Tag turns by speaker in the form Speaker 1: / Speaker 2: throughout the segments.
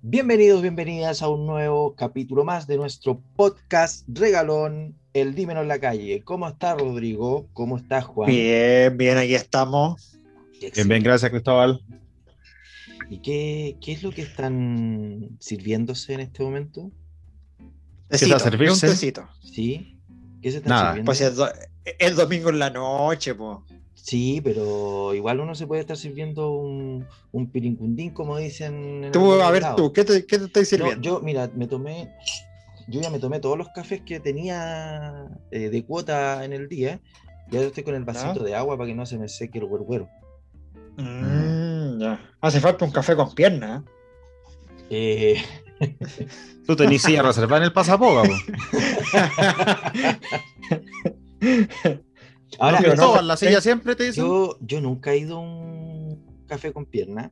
Speaker 1: Bienvenidos, bienvenidas a un nuevo capítulo más de nuestro podcast Regalón, el Dímelo en la calle. ¿Cómo está Rodrigo? ¿Cómo está Juan?
Speaker 2: Bien, bien, aquí estamos.
Speaker 3: Bien, bien, gracias Cristóbal.
Speaker 1: ¿Y qué, qué es lo que están sirviéndose en este momento?
Speaker 2: Tecito,
Speaker 3: está servido?
Speaker 2: un tecito.
Speaker 1: ¿Sí? ¿Qué se están
Speaker 3: Nada,
Speaker 1: sirviendo?
Speaker 2: Pues es, do- es domingo en la noche, po.
Speaker 1: Sí, pero igual uno se puede estar sirviendo un, un pirincundín, como dicen. en
Speaker 2: Tú,
Speaker 1: algún
Speaker 2: a ver
Speaker 1: lado.
Speaker 2: tú, ¿qué te, qué te estáis
Speaker 1: No,
Speaker 2: sirviendo?
Speaker 1: yo, mira, me tomé, yo ya me tomé todos los cafés que tenía eh, de cuota en el día. Ya estoy con el vasito de agua para que no se me seque el huerguero.
Speaker 2: Mm, ya. Hace falta un café con pierna. ¿eh?
Speaker 1: Eh,
Speaker 3: Tú tenías silla reservada en el pasapoga, po.
Speaker 1: ahora,
Speaker 2: No,
Speaker 3: Pero
Speaker 2: pero
Speaker 3: no, la
Speaker 2: ¿eh?
Speaker 3: silla siempre te dicen.
Speaker 1: yo, yo nunca he ido a un café con pierna.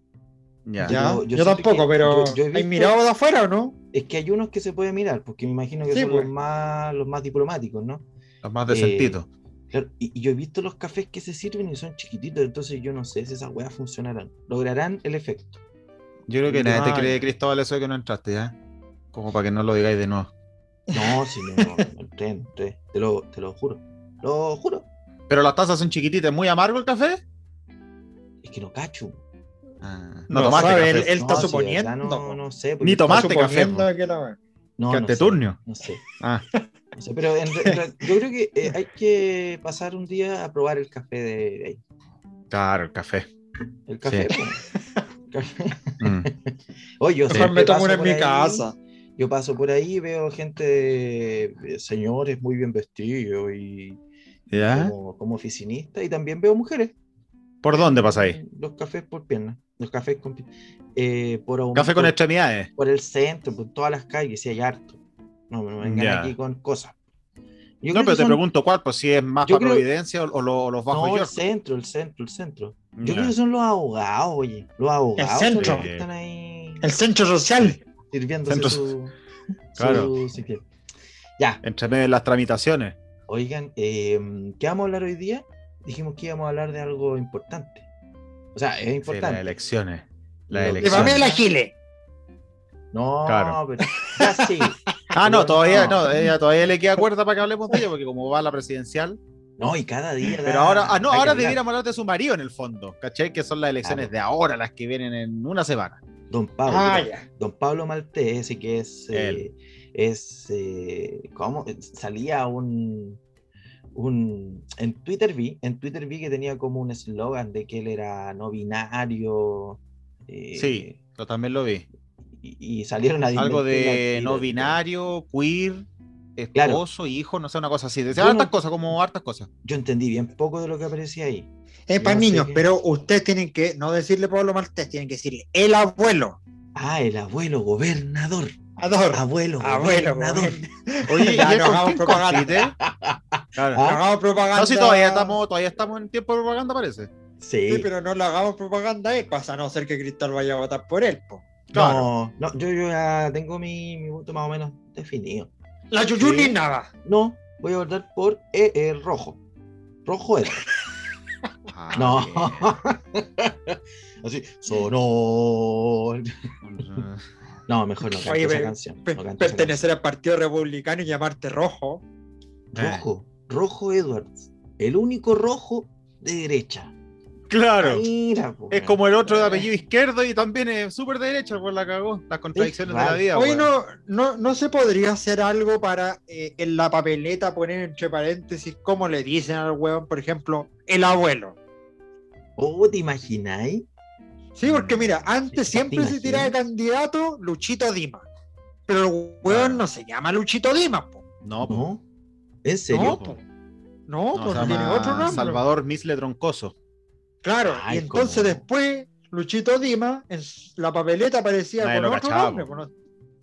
Speaker 3: Ya.
Speaker 2: Ya,
Speaker 1: Ah, Yo-
Speaker 2: Yo,
Speaker 1: yo siento
Speaker 2: tampoco,
Speaker 1: que-
Speaker 2: pero
Speaker 1: yo- yo he
Speaker 2: ¿hay
Speaker 1: visto-
Speaker 2: mirado de afuera o no?
Speaker 1: Es que hay unos que se puede mirar, porque me imagino que
Speaker 2: Sí,
Speaker 1: son
Speaker 2: pues.
Speaker 1: los más, los más diplomáticos, ¿no?
Speaker 3: Los más de
Speaker 1: Eh,
Speaker 3: sentido.
Speaker 1: Claro, y, y yo he visto los cafés que se sirven y son chiquititos, entonces yo no sé si esas weas funcionarán. Lograrán el efecto.
Speaker 3: Yo creo que nadie te
Speaker 2: ay.
Speaker 3: cree, Cristóbal, eso de que no entraste, ¿ya? Como para que no lo digáis de nuevo.
Speaker 1: No, si no, no, entré, entré. Te lo, te lo juro. Lo juro.
Speaker 3: Pero las tazas son chiquititas, ¿muy amargo el café?
Speaker 1: Es que no cacho.
Speaker 3: Ah,
Speaker 2: No sabe,
Speaker 3: café.
Speaker 2: él- él- está
Speaker 1: si de
Speaker 2: suponiendo,
Speaker 1: verdad
Speaker 2: po.
Speaker 1: No, no sé.
Speaker 3: Ni
Speaker 1: tomar
Speaker 3: tomaste café,
Speaker 2: Suponiendo
Speaker 3: po.
Speaker 2: que
Speaker 1: Eh,
Speaker 2: la-
Speaker 1: No,
Speaker 3: que
Speaker 1: no
Speaker 3: ante
Speaker 1: sé,
Speaker 3: turnio.
Speaker 1: No sé.
Speaker 3: Ah,
Speaker 1: No sé, pero en re- en re- yo creo que eh, hay que pasar un día a probar el café de ahí.
Speaker 3: claro, el café.
Speaker 1: El café.
Speaker 3: Sí.
Speaker 1: po. Café.
Speaker 3: Mm.
Speaker 1: Oye, yo
Speaker 3: Sí.
Speaker 1: siempre
Speaker 2: Mejor Pues me tomo
Speaker 1: paso
Speaker 2: una en
Speaker 1: por
Speaker 2: mi
Speaker 1: ahí,
Speaker 2: casa.
Speaker 1: Yo paso por ahí y veo gente, eh, señores muy bien vestidos y
Speaker 2: ¿Ah?
Speaker 3: ¿Ya?
Speaker 1: como, como oficinistas, y también veo mujeres.
Speaker 3: ¿Por dónde pasa ahí?
Speaker 1: Los cafés por piernas. Los cafés con pi- eh, por aún-
Speaker 3: Café con
Speaker 1: por-
Speaker 3: extremidades.
Speaker 1: por el centro, por todas las calles, si hay harto. No, no me vengan
Speaker 3: Ya.
Speaker 1: aquí con cosas. Yo creo
Speaker 3: No,
Speaker 1: que
Speaker 3: pero te
Speaker 1: son-
Speaker 3: pregunto cuál, pues si es más
Speaker 1: Yo
Speaker 3: para
Speaker 1: creo-
Speaker 3: Providencia o, o lo- o los Bajos
Speaker 1: No, el
Speaker 3: York.
Speaker 1: centro, el centro, el centro. Yo
Speaker 3: Ya.
Speaker 1: creo que son los abogados, oye. Los abogados son los
Speaker 2: centro.
Speaker 1: que están ahí
Speaker 2: El centro social.
Speaker 1: sirviéndose
Speaker 3: centro.
Speaker 1: su,
Speaker 3: Claro.
Speaker 1: su sitio. Ya,
Speaker 3: Entre medio de las tramitaciones.
Speaker 1: oigan, eh, ¿qué vamos a hablar hoy día? Dijimos que íbamos a hablar de algo importante. O sea, es
Speaker 3: Sí, las
Speaker 1: importante.
Speaker 3: elecciones.
Speaker 1: Lo
Speaker 3: Las
Speaker 1: que-
Speaker 2: De
Speaker 3: elecciones.
Speaker 2: Pamela Giles.
Speaker 1: no,
Speaker 3: Claro.
Speaker 1: pero ya sí.
Speaker 3: Ah,
Speaker 1: Pero
Speaker 3: no, todavía
Speaker 1: no.
Speaker 3: no, ella todavía le queda cuerda para que hablemos de ella, porque como va a la presidencial.
Speaker 1: No, y cada día.
Speaker 3: Pero
Speaker 1: da-
Speaker 3: ahora, ah, no,
Speaker 1: hay que
Speaker 3: ahora
Speaker 1: hablar.
Speaker 3: debiéramos hablar de su marido en el fondo, ¿cachai? Que son las elecciones
Speaker 1: Claro.
Speaker 3: de ahora, las que vienen en una semana.
Speaker 1: Don Pablo.
Speaker 2: Ah, ya.
Speaker 1: Don Pablo Maltés, ese que es. eh,
Speaker 3: Él.
Speaker 1: es. eh, ¿Cómo? Salía un. un en Twitter vi, en Twitter vi que tenía como un eslogan de que él era no binario. eh,
Speaker 3: Sí, yo también lo vi.
Speaker 1: Y, y salieron a
Speaker 3: Algo de
Speaker 1: desmentirlo al
Speaker 3: no
Speaker 1: tiro,
Speaker 3: binario, queer, esposo,
Speaker 1: Claro.
Speaker 3: hijo, no sé, una cosa así. Decía
Speaker 1: Yo no-
Speaker 3: hartas cosas, como hartas cosas.
Speaker 1: Yo entendí bien poco de lo que aparecía ahí.
Speaker 2: Es para
Speaker 1: Yo sé
Speaker 2: niños,
Speaker 1: que-
Speaker 2: pero ustedes tienen que no decirle Pablo Martés, tienen que decirle el abuelo.
Speaker 1: Ah, el abuelo gobernador.
Speaker 2: Adoro.
Speaker 1: Abuelo,
Speaker 2: Abuelo,
Speaker 1: gobernador.
Speaker 2: gobernador.
Speaker 3: Oye, ¿y
Speaker 2: Ya,
Speaker 3: él
Speaker 2: nos
Speaker 3: con
Speaker 2: hagamos
Speaker 3: quién
Speaker 2: propaganda.
Speaker 1: ¿eh?
Speaker 3: compite? Claro.
Speaker 1: Ah.
Speaker 2: No hagamos propaganda.
Speaker 3: No, si todavía estamos, todavía estamos en tiempo de propaganda, parece.
Speaker 1: Sí.
Speaker 2: Sí, pero no le hagamos propaganda a él, pasa a no ser que Cristal vaya a votar por él. po.
Speaker 3: Claro.
Speaker 1: No, no, yo, yo ya tengo mi, mi voto más o menos definido.
Speaker 2: La Yuyu
Speaker 1: Sí.
Speaker 2: ni nada.
Speaker 1: No, voy a votar por eh, eh, rojo. Rojo era.
Speaker 3: Ah,
Speaker 1: No.
Speaker 3: bien.
Speaker 1: Así, sonó.
Speaker 3: Con-
Speaker 1: No, mejor no canto
Speaker 2: Oye,
Speaker 1: esa
Speaker 2: pero-
Speaker 1: canción.
Speaker 2: Pe-
Speaker 1: no canto esa
Speaker 2: pertenecer al Partido Republicano y llamarte rojo.
Speaker 1: canción. Rojo, Rojo Edwards. El único rojo de derecha.
Speaker 3: Claro.
Speaker 1: Mira, pues. po,
Speaker 3: Es
Speaker 1: weón.
Speaker 3: como el otro de apellido izquierdo y también es súper derecho, pues la cagó. Las contradicciones de la
Speaker 1: raro.
Speaker 3: vida.
Speaker 2: Hoy
Speaker 3: weón.
Speaker 2: no, no, no se podría hacer algo para eh, en la papeleta poner entre paréntesis cómo le dicen al huevón, por ejemplo, el abuelo.
Speaker 1: Oh, ¿te imagináis?
Speaker 3: Mm.
Speaker 2: Sí, porque mira, antes
Speaker 1: Sí,
Speaker 2: siempre
Speaker 1: ¿te
Speaker 2: se tiraba de candidato Luchito Dima. Pero el
Speaker 3: Claro.
Speaker 2: huevón no se llama Luchito Dima, po.
Speaker 3: No, po.
Speaker 1: ¿No? ¿En serio?
Speaker 2: No,
Speaker 3: po.
Speaker 2: po. No,
Speaker 3: No,
Speaker 2: po,
Speaker 3: se
Speaker 2: tiene
Speaker 3: llama
Speaker 2: otro nombre.
Speaker 3: Salvador Misle Troncoso.
Speaker 2: Claro,
Speaker 1: Ay,
Speaker 2: y entonces
Speaker 1: cómo.
Speaker 2: después Luchito Dima en s- la papeleta aparecía
Speaker 3: Nadie
Speaker 2: con
Speaker 3: lo
Speaker 2: otro
Speaker 3: cachaba,
Speaker 2: nombre,
Speaker 3: po.
Speaker 2: con otro-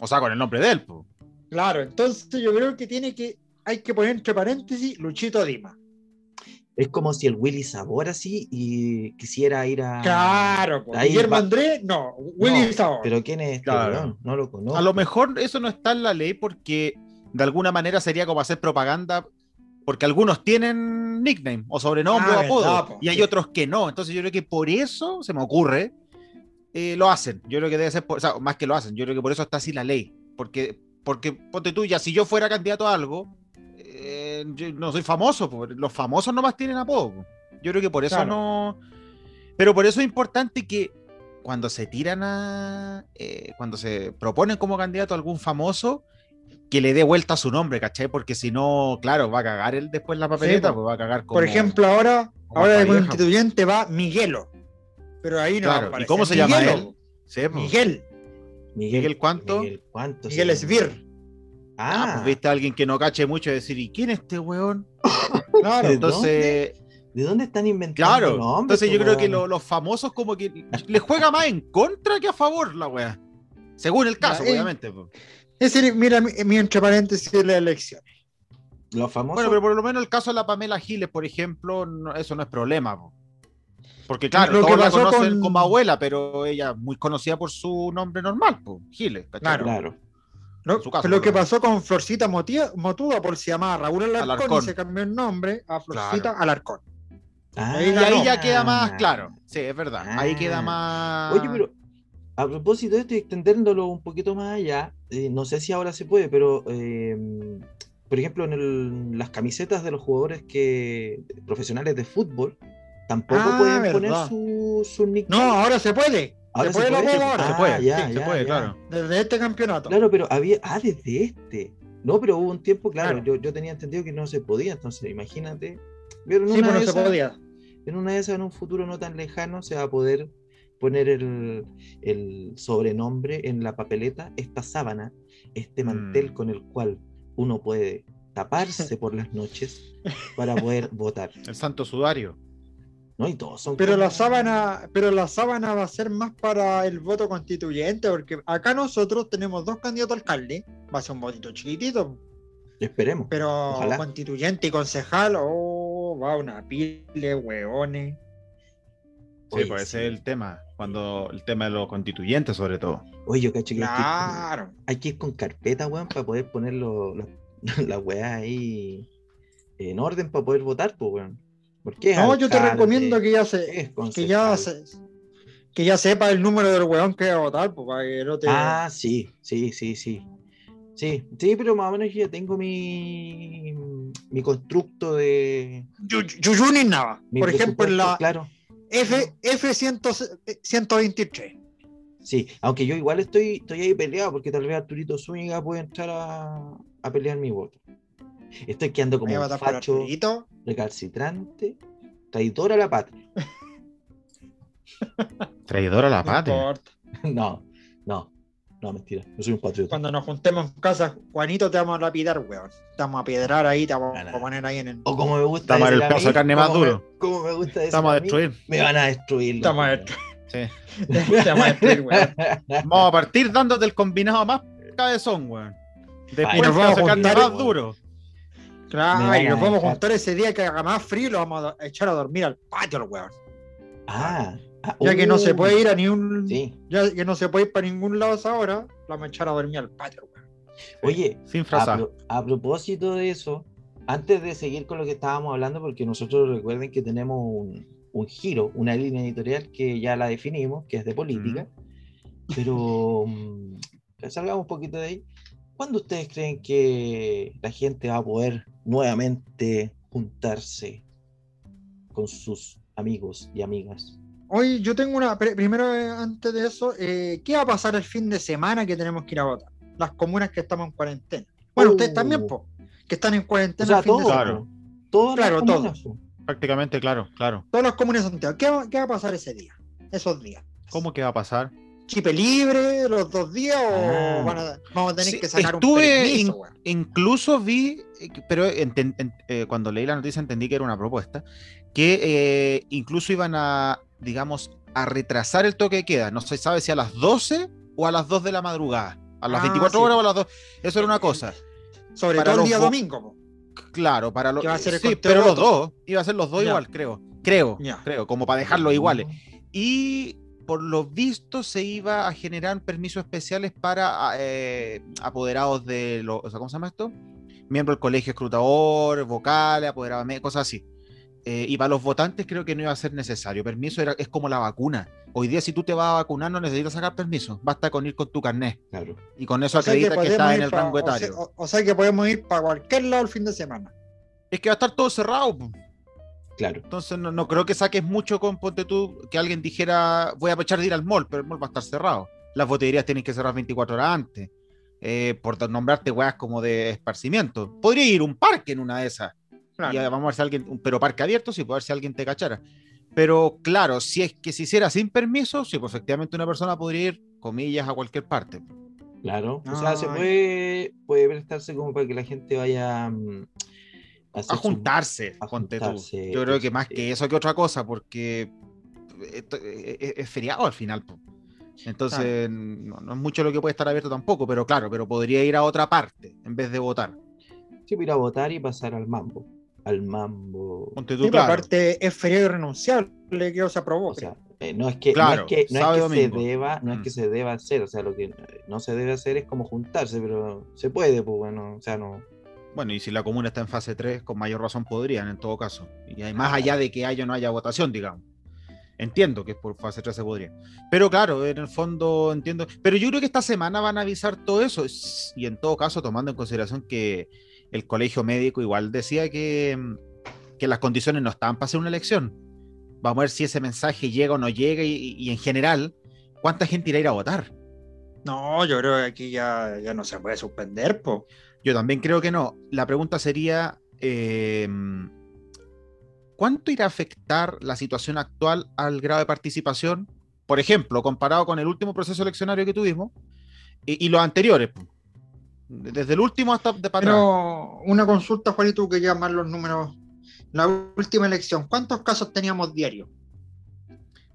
Speaker 3: O sea, con el nombre de él, po.
Speaker 2: Claro, entonces yo creo que tiene que hay que poner entre paréntesis Luchito Dima.
Speaker 1: Es como si el Willy Sabor así y quisiera ir
Speaker 3: Ah.
Speaker 1: a.
Speaker 2: Claro, po.
Speaker 1: ahí
Speaker 2: Guillermo
Speaker 1: va-
Speaker 2: Andrés, no, Willy
Speaker 1: No,
Speaker 2: Sabor.
Speaker 1: Pero ¿quién es este
Speaker 3: Claro.
Speaker 1: weón? No lo conozco.
Speaker 3: A lo mejor eso no está en la ley porque de alguna manera sería como hacer propaganda. Porque algunos tienen nickname o sobrenombre
Speaker 2: Ah,
Speaker 3: o apodo.
Speaker 2: verdad, po.
Speaker 3: y hay
Speaker 2: Sí.
Speaker 3: otros que no. Entonces yo creo que por eso se me ocurre eh, lo hacen. Yo creo que debe ser, por- o sea, más que lo hacen, yo creo que por eso está así la ley. Porque, porque ponte tú, ya si yo fuera candidato a algo, eh, yo no soy famoso, po. los famosos nomás tienen apodo. po. Yo creo que por eso
Speaker 2: Claro.
Speaker 3: no. Pero por eso es importante que cuando se tiran a. eh, cuando se proponen como candidato a algún famoso, que le dé vuelta a su nombre, ¿cachai? Porque si no, claro, va a cagar él después la papeleta,
Speaker 2: po.
Speaker 3: pues va a cagar como.
Speaker 2: Por ejemplo, ahora,
Speaker 3: como
Speaker 2: ahora de
Speaker 3: pareja.
Speaker 2: constituyente va Miguelo. Pero ahí no va a
Speaker 3: Claro, ¿y
Speaker 2: aparecer
Speaker 3: cómo se llama
Speaker 2: Miguelo,
Speaker 3: él? Sí, po.
Speaker 2: Miguel,
Speaker 3: Miguel Cuánto.
Speaker 1: Miguel Cuánto.
Speaker 2: Miguel
Speaker 1: sí.
Speaker 2: Esbir.
Speaker 3: Ah,
Speaker 1: Ah,
Speaker 3: pues viste a alguien que no cache mucho y decir, ¿y quién es este weón?
Speaker 2: Claro.
Speaker 1: ¿De
Speaker 3: Entonces,
Speaker 1: ¿de dónde están inventando
Speaker 3: claro.
Speaker 1: nombres,
Speaker 3: entonces yo creo que
Speaker 1: weón?
Speaker 3: lo- los famosos como que les juega más en contra que a favor la weá. Según el caso,
Speaker 2: Ya, eh.
Speaker 3: obviamente. po.
Speaker 2: Ese, era- mira, mi, mi entre paréntesis de la elección.
Speaker 1: Los famosos.
Speaker 3: Bueno, pero por lo menos el caso de la Pamela Giles, por ejemplo, no- eso no es problema. po. Porque claro,
Speaker 2: Lo que
Speaker 3: todos la
Speaker 2: pasó
Speaker 3: conocen
Speaker 2: con-
Speaker 3: como abuela, pero ella es muy conocida por su nombre normal, po, Giles. ¿cachai?
Speaker 2: Claro.
Speaker 1: Claro.
Speaker 2: ¿no?
Speaker 3: En su caso,
Speaker 2: Pero lo que
Speaker 3: por lo
Speaker 2: pasó con Florcita Motía- Motuda, por si se llamaba Raúl Alarcón,
Speaker 3: Alarcón.
Speaker 2: y se cambió el nombre a Florcita Alarcón.
Speaker 1: Ah,
Speaker 2: ahí
Speaker 3: Y ahí ya queda más claro. Sí, es verdad. Ahí
Speaker 1: Ah.
Speaker 3: queda más...
Speaker 1: Oye, pero a propósito de esto y extendiéndolo un poquito más allá, eh, no sé si ahora se puede, pero eh, por ejemplo, en el- las camisetas de los jugadores que profesionales de fútbol tampoco
Speaker 2: Ah,
Speaker 1: pueden
Speaker 2: verdad.
Speaker 1: poner su, su
Speaker 2: No,
Speaker 1: nickname.
Speaker 2: ahora se puede.
Speaker 1: Ahora
Speaker 2: se puede la
Speaker 1: puede,
Speaker 2: hueá
Speaker 1: se
Speaker 2: ahora.
Speaker 3: Se
Speaker 1: Ah,
Speaker 3: puede,
Speaker 1: ya,
Speaker 3: sí, se
Speaker 1: ya,
Speaker 3: puede,
Speaker 1: ya.
Speaker 3: claro.
Speaker 2: Desde este campeonato.
Speaker 1: Claro, pero había. Ah, desde este. No, pero hubo un tiempo, claro,
Speaker 2: Claro.
Speaker 1: Yo, yo tenía entendido que no se podía, entonces imagínate. Pero en
Speaker 2: sí,
Speaker 1: una
Speaker 2: pero no
Speaker 1: de
Speaker 2: se
Speaker 1: esas-
Speaker 2: podía.
Speaker 1: en una de esas, en un futuro no tan lejano, se va a poder poner el, el sobrenombre en la papeleta, esta sábana, este mantel
Speaker 3: Mm.
Speaker 1: con el cual uno puede taparse por las noches para poder votar.
Speaker 3: El santo sudario.
Speaker 1: ¿no? Y todos son
Speaker 2: Pero
Speaker 1: como-
Speaker 2: la sábana, pero la sábana va a ser más para el voto constituyente, porque acá nosotros tenemos dos candidatos a alcalde, va a ser un votito chiquitito,
Speaker 1: Esperemos.
Speaker 2: pero
Speaker 1: Ojalá.
Speaker 2: constituyente y concejal, oh, va una pile, hueones.
Speaker 3: Sí,
Speaker 1: Oye,
Speaker 3: pues
Speaker 1: sí.
Speaker 3: ese es el tema, cuando el tema de los constituyentes sobre todo.
Speaker 1: Oye, yo cacho que hay que ir con-
Speaker 2: Claro.
Speaker 1: hay que ir con carpeta, weón, para poder poner lo- lo- la weá ahí en orden para poder votar, pues, weón. ¿Por qué?
Speaker 2: No, yo te
Speaker 1: Alcalde,
Speaker 2: recomiendo que ya
Speaker 1: es
Speaker 2: se, que
Speaker 1: concejal.
Speaker 2: ya se- que ya sepa el número del hueón que va a votar, pues para que no te.
Speaker 1: Ah, sí, sí, sí, sí. Sí, sí, pero más o menos yo ya tengo mi, mi constructo de.
Speaker 2: Yu- Yuyunis Nava,
Speaker 1: mi
Speaker 2: por ejemplo, en la
Speaker 1: presupuesto, Claro,
Speaker 2: F, F123.
Speaker 1: sí. Aunque yo igual estoy, estoy ahí peleado porque tal vez Arturito Zúñiga puede entrar a, a pelear mi voto. Estoy quedando como
Speaker 2: Voy a
Speaker 1: un
Speaker 2: votar por
Speaker 1: facho
Speaker 2: Arturito.
Speaker 1: recalcitrante, traidor a la patria.
Speaker 3: Traidor a la
Speaker 2: No
Speaker 3: patria.
Speaker 2: importa.
Speaker 1: No, no, no, mentira. Yo soy un patriota.
Speaker 2: Cuando nos juntemos en casa, Juanito, te vamos a lapidar, weón. Te vamos a piedrar ahí, te vamos
Speaker 1: Ganar.
Speaker 2: a poner ahí en el.
Speaker 1: O como me gusta.
Speaker 3: Estamos en el
Speaker 1: decir a
Speaker 3: pedazo
Speaker 1: mí,
Speaker 3: de carne más
Speaker 1: como me-
Speaker 3: duro.
Speaker 1: Como me gusta decir.
Speaker 3: Estamos a
Speaker 1: a mí,
Speaker 3: destruir.
Speaker 1: Me van a destruir. los
Speaker 2: Estamos a
Speaker 1: culiados.
Speaker 3: Sí.
Speaker 2: te vamos a destruir, weón.
Speaker 3: Vamos a partir dándote el combinado más cabezón,
Speaker 1: Ay,
Speaker 3: weón. Después
Speaker 2: nos
Speaker 3: nos
Speaker 2: vamos
Speaker 3: vamos a
Speaker 2: a juntar,
Speaker 3: más
Speaker 2: weón.
Speaker 3: duro.
Speaker 1: Me
Speaker 2: Claro,
Speaker 1: van
Speaker 2: y
Speaker 1: a
Speaker 2: nos vamos a
Speaker 1: dejar.
Speaker 2: juntar ese día que haga más frío y lo vamos a do- a echar a dormir al patio, el weón.
Speaker 1: Ah, ah,
Speaker 2: Ya que no se
Speaker 1: uh,
Speaker 2: puede ir a ni un.
Speaker 1: Sí.
Speaker 2: Ya que no se puede ir para ningún lado a esa hora, lo vamos a echar a dormir al patio, weón.
Speaker 1: Oye,
Speaker 3: Sin
Speaker 1: a,
Speaker 3: frasar.
Speaker 1: pro- a propósito de eso, antes de seguir con lo que estábamos hablando, porque nosotros recuerden que tenemos un, un giro, una línea editorial que ya la definimos, que es de política, pero mm, salgamos un poquito de ahí. ¿Cuándo ustedes creen que la gente va a poder nuevamente juntarse con sus amigos y amigas?
Speaker 2: Hoy yo tengo una. pre- Primero, eh, antes de eso, eh, ¿qué va a pasar el fin de semana que tenemos que ir a votar? Las comunas que estamos en cuarentena. Bueno, ustedes
Speaker 1: Uh.
Speaker 2: también, po, que están en
Speaker 1: O
Speaker 2: cuarentena
Speaker 1: sea,
Speaker 2: el fin de
Speaker 1: todos,
Speaker 2: semana.
Speaker 3: Claro.
Speaker 1: todas las
Speaker 2: Claro,
Speaker 1: comunas, po.
Speaker 3: Prácticamente, claro, claro.
Speaker 2: Todas las comunas de Santiago. ¿Qué va, qué va a pasar ese día? Esos días.
Speaker 3: ¿Cómo que va a pasar?
Speaker 2: ¿Chipe libre los dos días o
Speaker 1: Ah.
Speaker 2: van a- vamos a tener
Speaker 3: Sí,
Speaker 2: que sacar
Speaker 3: estuve
Speaker 2: un permiso,
Speaker 3: in-
Speaker 2: weón?
Speaker 3: Incluso vi, eh, que- pero enten- en- eh, cuando leí la noticia entendí que era una propuesta, que eh, incluso iban a, digamos, a retrasar el toque de queda. No se sabe si a las 12 o a las 2 de la madrugada. A las
Speaker 2: Ah,
Speaker 3: 24
Speaker 2: sí. Eh,
Speaker 3: horas o a las 2. Eso era una cosa.
Speaker 2: Sobre
Speaker 3: para
Speaker 2: todo el
Speaker 3: los
Speaker 2: día
Speaker 3: vo-
Speaker 2: domingo, po.
Speaker 3: Claro, para los
Speaker 2: Que va a ser el
Speaker 3: sí,
Speaker 2: conteo
Speaker 3: pero
Speaker 2: de
Speaker 3: los dos. Iba a ser los dos
Speaker 2: Ya.
Speaker 3: igual, creo. Creo,
Speaker 2: Ya.
Speaker 3: creo, como para dejarlos iguales. Y por lo visto se iba a generar permisos especiales para ah, eh, apoderados de los, o sea, ¿cómo se llama esto? Miembro del colegio escrutador, vocales, apoderados, de me- cosas así. Eh, y para los votantes creo que no iba a ser necesario. Permiso era, es como la vacuna. Hoy día si tú te vas a vacunar no necesitas sacar permiso. Basta con ir con tu carnet.
Speaker 1: Claro.
Speaker 3: Y con eso
Speaker 2: O sea
Speaker 3: acredita que,
Speaker 2: podemos
Speaker 3: estás
Speaker 2: ir
Speaker 3: en el
Speaker 2: pa-
Speaker 3: rango
Speaker 2: o sea-
Speaker 3: etario.
Speaker 2: O, o sea que podemos ir para cualquier lado el fin de semana.
Speaker 3: Es que va a estar todo cerrado. po.
Speaker 1: Claro.
Speaker 3: Entonces no, no creo que saques mucho con ponte tú que alguien dijera voy a aprovechar de ir al mall, pero el mall va a estar cerrado. Las botellerías tienen que cerrar 24 horas antes. Eh, por nombrarte weas como de esparcimiento. Podría ir a un parque en una de esas.
Speaker 2: Claro.
Speaker 3: Y vamos a ver si alguien, un- pero parque abierto, sí, puede ver si alguien te cachara. Pero claro, si es que se hiciera sin permiso, sí, pues efectivamente una persona podría ir, comillas, a cualquier parte.
Speaker 1: Claro, o sea, se
Speaker 2: Ay.
Speaker 1: puede, puede prestarse como para que la gente vaya mm, a, hacer
Speaker 3: A
Speaker 1: su-
Speaker 3: juntarse,
Speaker 1: a
Speaker 3: ponte tú.
Speaker 1: juntarse,
Speaker 3: Yo creo que
Speaker 1: sí.
Speaker 3: más que eso que otra cosa, porque eh, esto- es, es- es feriado al final. po. Entonces, no, no es mucho lo que puede estar abierto tampoco, pero claro, pero podría ir a otra parte en vez de votar.
Speaker 1: Sí, ir a votar y pasar al mambo. Al mambo.
Speaker 3: Ponte tú,
Speaker 2: Sí, pero
Speaker 3: claro.
Speaker 2: aparte es feriado irrenunciable que se aprobó.
Speaker 1: O sea, eh, no es que,
Speaker 3: Claro,
Speaker 1: no es que, no es
Speaker 3: sábado y
Speaker 1: que se
Speaker 3: domingo.
Speaker 1: deba, no es
Speaker 3: Mm.
Speaker 1: que se deba hacer, o sea, lo que eh, no se debe hacer es como juntarse, pero se puede, pues bueno, o sea, no.
Speaker 3: Bueno, y si la comuna está en fase 3, con mayor razón podrían, en todo caso. Y hay- más allá de que haya o no haya votación, digamos. Entiendo que por fase 3 se podría. Pero claro, en el fondo entiendo. Pero yo creo que esta semana van a avisar todo eso. S- Y en todo caso, tomando en consideración que el colegio médico igual decía que, mm, que las condiciones no estaban para hacer una elección. Vamos a ver si ese mensaje llega o no llega y, y en general, ¿cuánta gente irá a ir a votar?
Speaker 2: No, yo creo que aquí ya, ya no se puede suspender, po.
Speaker 3: Yo también creo que no. La pregunta sería, eh, ¿cuánto irá a afectar la situación actual al grado de participación? Por ejemplo, comparado con el último proceso eleccionario que tuvimos y, y los anteriores. po. Desde el último hasta de para atrás.
Speaker 2: Pero una consulta, Juanito, que ya más los números. La última elección, ¿cuántos casos teníamos diarios?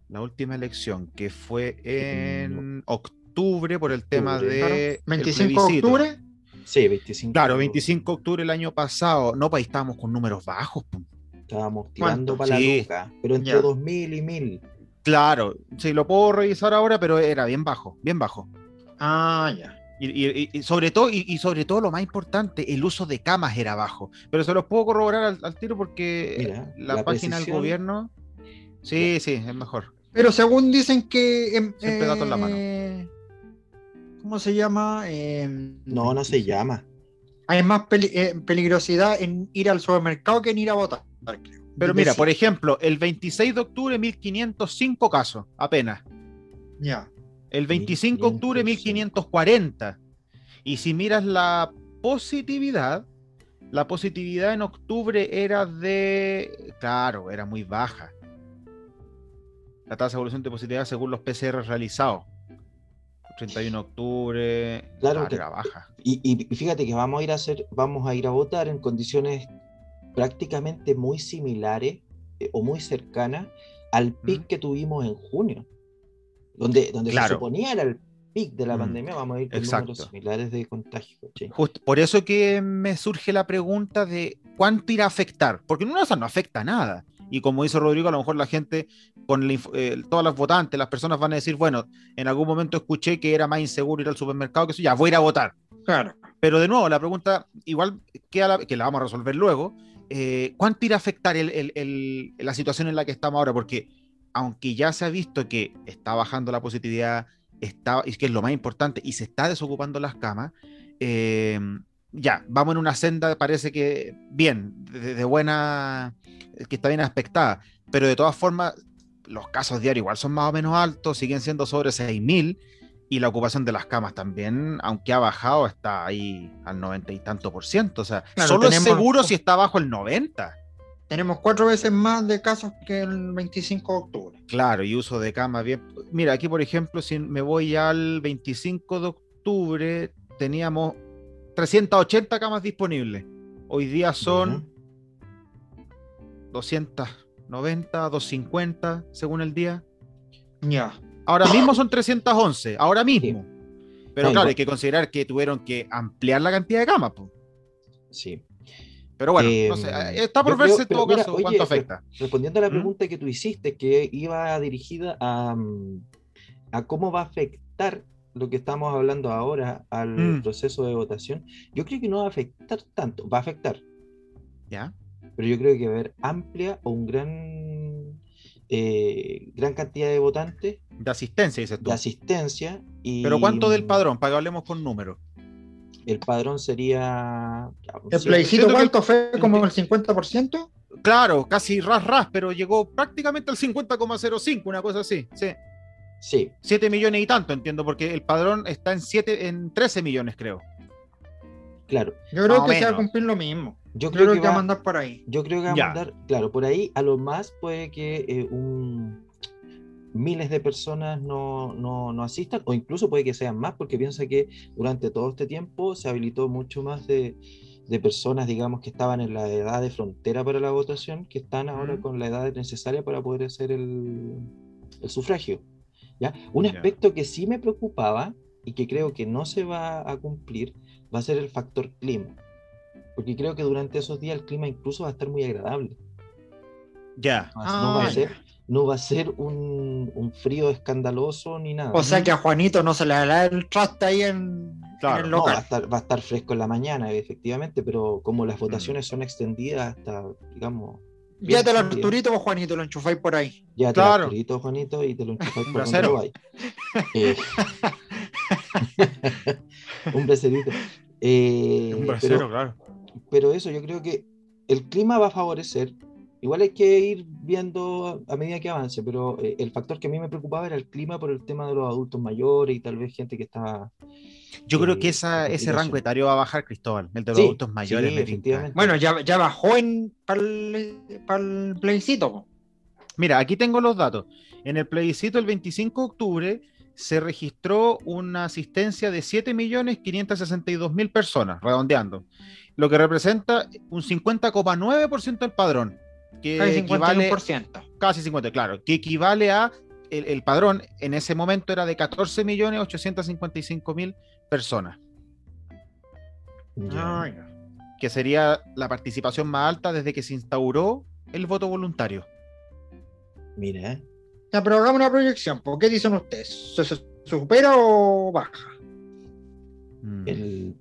Speaker 3: La última elección que fue en octubre por el tema
Speaker 1: Octubre.
Speaker 3: de... el
Speaker 2: 25 de
Speaker 3: plebiscito.
Speaker 2: octubre.
Speaker 1: Sí, 25.
Speaker 3: Claro, 25 de octubre el año pasado. No, pues ahí estábamos con números bajos. po.
Speaker 1: Estábamos tirando
Speaker 2: ¿Cuánto?
Speaker 1: para
Speaker 3: Sí.
Speaker 1: la nuca, pero entre
Speaker 2: Ya.
Speaker 1: 2000 y 1000.
Speaker 3: Claro, sí, lo puedo revisar ahora, pero era bien bajo, bien bajo.
Speaker 2: Ah, ya.
Speaker 3: Y, y- y- y sobre todo, y, y sobre todo lo más importante, el uso de camas era bajo. Pero se los puedo corroborar al, al tiro porque eh,
Speaker 1: Mira,
Speaker 3: la,
Speaker 1: la
Speaker 3: página
Speaker 1: precisión.
Speaker 3: del gobierno. Sí, sí, es mejor.
Speaker 2: Pero según dicen que. em,
Speaker 3: Siempre gato en la mano.
Speaker 2: eh, ¿Cómo se llama? Em,
Speaker 3: Mm,
Speaker 1: No, no se llama.
Speaker 2: Hay más peli- eh, peligrosidad en ir al supermercado que en ir a votar. creo.
Speaker 3: Pero mira,
Speaker 2: Deci-
Speaker 3: por ejemplo, el 26 de octubre, 1505 casos, apenas.
Speaker 2: Ya.
Speaker 3: El 25 de octubre,
Speaker 1: 1505.
Speaker 3: 1540. Y si miras la positividad, la positividad en octubre era de. Claro, era muy baja. La tasa de evolución de positividad según los PCR realizados. 31 de octubre.
Speaker 1: Claro
Speaker 3: Claro,
Speaker 1: que-
Speaker 3: era baja.
Speaker 1: Y, y- y fíjate que vamos a ir a hacer, vamos a ir a votar en condiciones prácticamente muy similares eh, o muy cercanas al pic
Speaker 3: Ujú.
Speaker 1: que tuvimos en junio, donde, donde se
Speaker 3: Claro.
Speaker 1: suponía era el pic de la
Speaker 3: Mm,
Speaker 1: pandemia, vamos a ir con
Speaker 3: exacto.
Speaker 1: números similares de contagio. ¿cachai?
Speaker 3: Justo, por eso que me surge la pregunta de cuánto irá a afectar, porque en una de esas no afecta nada. Y como dice Rodrigo, a lo mejor la gente, con la inf- eh, todas las votantes, las personas van a decir, bueno, en algún momento escuché que era más inseguro ir al supermercado, que eso, ya voy a ir a votar.
Speaker 2: Claro.
Speaker 3: Pero de nuevo, la pregunta, igual que, la, que la vamos a resolver luego, eh, ¿cuánto irá a afectar el- el- el- la situación en la que estamos ahora? Porque aunque ya se ha visto que está bajando la positividad, está, y que es lo más importante, y se está desocupando las camas, eh, ya, vamos en una senda, parece que bien, de, de buena, que está bien aspectada, pero de todas formas, los casos diarios igual son más o menos altos, siguen siendo sobre 6.000 y la ocupación de las camas también, aunque ha bajado, está ahí al 90 y tanto por ciento. O sea,
Speaker 2: Claro,
Speaker 3: solo es
Speaker 2: tenemos-
Speaker 3: seguro si está bajo el 90.
Speaker 2: Tenemos cuatro veces más de casos que el 25 de octubre.
Speaker 3: Claro, y uso de cama bien. Mira, aquí por ejemplo, si me voy al 25 de octubre, teníamos 380 camas disponibles. Hoy día son
Speaker 1: Ujú.
Speaker 3: 290, 250 según el día.
Speaker 2: Ya.
Speaker 3: Ahora mismo son 311, ahora mismo. Pero
Speaker 1: No,
Speaker 3: claro,
Speaker 1: igual.
Speaker 3: hay que considerar que tuvieron que ampliar la cantidad de camas. po.
Speaker 1: Sí.
Speaker 3: Pero bueno,
Speaker 1: Eh,
Speaker 3: no sé, está por
Speaker 1: yo creo-
Speaker 3: verse en
Speaker 1: pero
Speaker 3: todo
Speaker 1: mira,
Speaker 3: caso
Speaker 1: oye,
Speaker 3: cuánto
Speaker 1: pero-
Speaker 3: afecta.
Speaker 1: Respondiendo a la
Speaker 3: ¿Mm?
Speaker 1: pregunta que tú hiciste, que iba dirigida a, mm, a cómo va a afectar lo que estamos hablando ahora al
Speaker 3: Mm.
Speaker 1: proceso de votación, yo creo que no va a afectar tanto, va a afectar,
Speaker 3: ¿Ya?
Speaker 1: pero yo creo que va a haber amplia o un gran, eh, gran cantidad de votantes,
Speaker 3: De asistencia, dices tú.
Speaker 1: de asistencia. Y,
Speaker 3: Pero ¿cuánto del padrón? Para que hablemos con números.
Speaker 1: El padrón sería... ya,
Speaker 2: ¿El
Speaker 1: sí,
Speaker 2: plebiscito
Speaker 3: que-
Speaker 2: cuánto fue? ¿Como el 50%?
Speaker 3: Claro, casi ras ras, pero llegó prácticamente al 50,05, una cosa así. Sí.
Speaker 1: sí,
Speaker 3: 7 millones y tanto, entiendo, porque el padrón está en siete, en 13 millones, creo.
Speaker 1: claro.
Speaker 2: Yo creo
Speaker 3: o
Speaker 2: que se va a
Speaker 3: menos.
Speaker 2: cumplir lo mismo.
Speaker 1: Yo
Speaker 2: Yo
Speaker 1: creo, que,
Speaker 2: va a
Speaker 1: va,
Speaker 2: mandar por ahí.
Speaker 1: yo creo que va
Speaker 3: Ya.
Speaker 1: a mandar, claro, por ahí a lo más puede que eh, un- miles de personas no, no- no asistan, o incluso puede que sean más, porque piensa que durante todo este tiempo se habilitó mucho más de, de personas, digamos, que estaban en la edad de frontera para la votación, que están ahora
Speaker 3: Ujú.
Speaker 1: con la edad necesaria para poder hacer el, el sufragio. ¿ya? Un
Speaker 3: Ya.
Speaker 1: aspecto que sí me preocupaba y que creo que no se va a cumplir va a ser el factor clima. Porque creo que durante esos días el clima incluso va a estar muy agradable.
Speaker 3: Ya.
Speaker 1: No va- no va
Speaker 2: Ah,
Speaker 1: a ser, no va a ser un, un frío escandaloso ni nada.
Speaker 2: O sea que a Juanito no se le hará el traste ahí en,
Speaker 3: Claro,
Speaker 2: en el
Speaker 1: No, va, a
Speaker 2: local.
Speaker 1: estar, va a estar fresco en la mañana, efectivamente, pero como las votaciones son extendidas hasta, digamos,
Speaker 2: ya te lo
Speaker 1: bien.
Speaker 2: Arturito vos, Juanito, lo enchufáis por ahí.
Speaker 1: ya te
Speaker 3: Claro.
Speaker 1: lo Juanito, Juanito, y te lo enchufáis por donde
Speaker 3: brasero.
Speaker 1: lo vayas. Eh, un bracerito. Eh,
Speaker 3: Un
Speaker 1: pero-
Speaker 3: bracero, claro.
Speaker 1: pero eso, yo creo que el clima va a favorecer. Igual hay que ir viendo a a medida que avance, pero eh, el factor que a mí me preocupaba era el clima por el tema de los adultos mayores y tal vez gente que estaba...
Speaker 3: Yo
Speaker 1: Sí,
Speaker 3: creo que esa,
Speaker 1: Eh, la
Speaker 3: ese rango
Speaker 1: complicación.
Speaker 3: etario va a bajar, Cristóbal, el de los
Speaker 1: Sí,
Speaker 3: adultos mayores.
Speaker 1: sí,
Speaker 3: me tinca.
Speaker 1: efectivamente.
Speaker 2: Bueno, ya, ya bajó en para el, plebiscito. po.
Speaker 3: Mira, aquí tengo los datos. En el plebiscito el 25 de octubre se registró una asistencia de 7.562.000 personas, redondeando, lo que representa un 50,9% del padrón, que
Speaker 2: Casi
Speaker 3: equivale
Speaker 2: 51%.
Speaker 3: casi 50, claro, que equivale a el, el padrón en ese momento era de 14.855.000 personas,
Speaker 1: ya.
Speaker 2: Ay, no.
Speaker 3: que sería la participación más alta desde que se instauró el voto voluntario.
Speaker 1: Mira, ¿eh?
Speaker 2: Ya, pero hagamos una proyección. po. ¿Qué dicen ustedes? ¿Se, se supera o baja?
Speaker 3: Mm.
Speaker 1: el,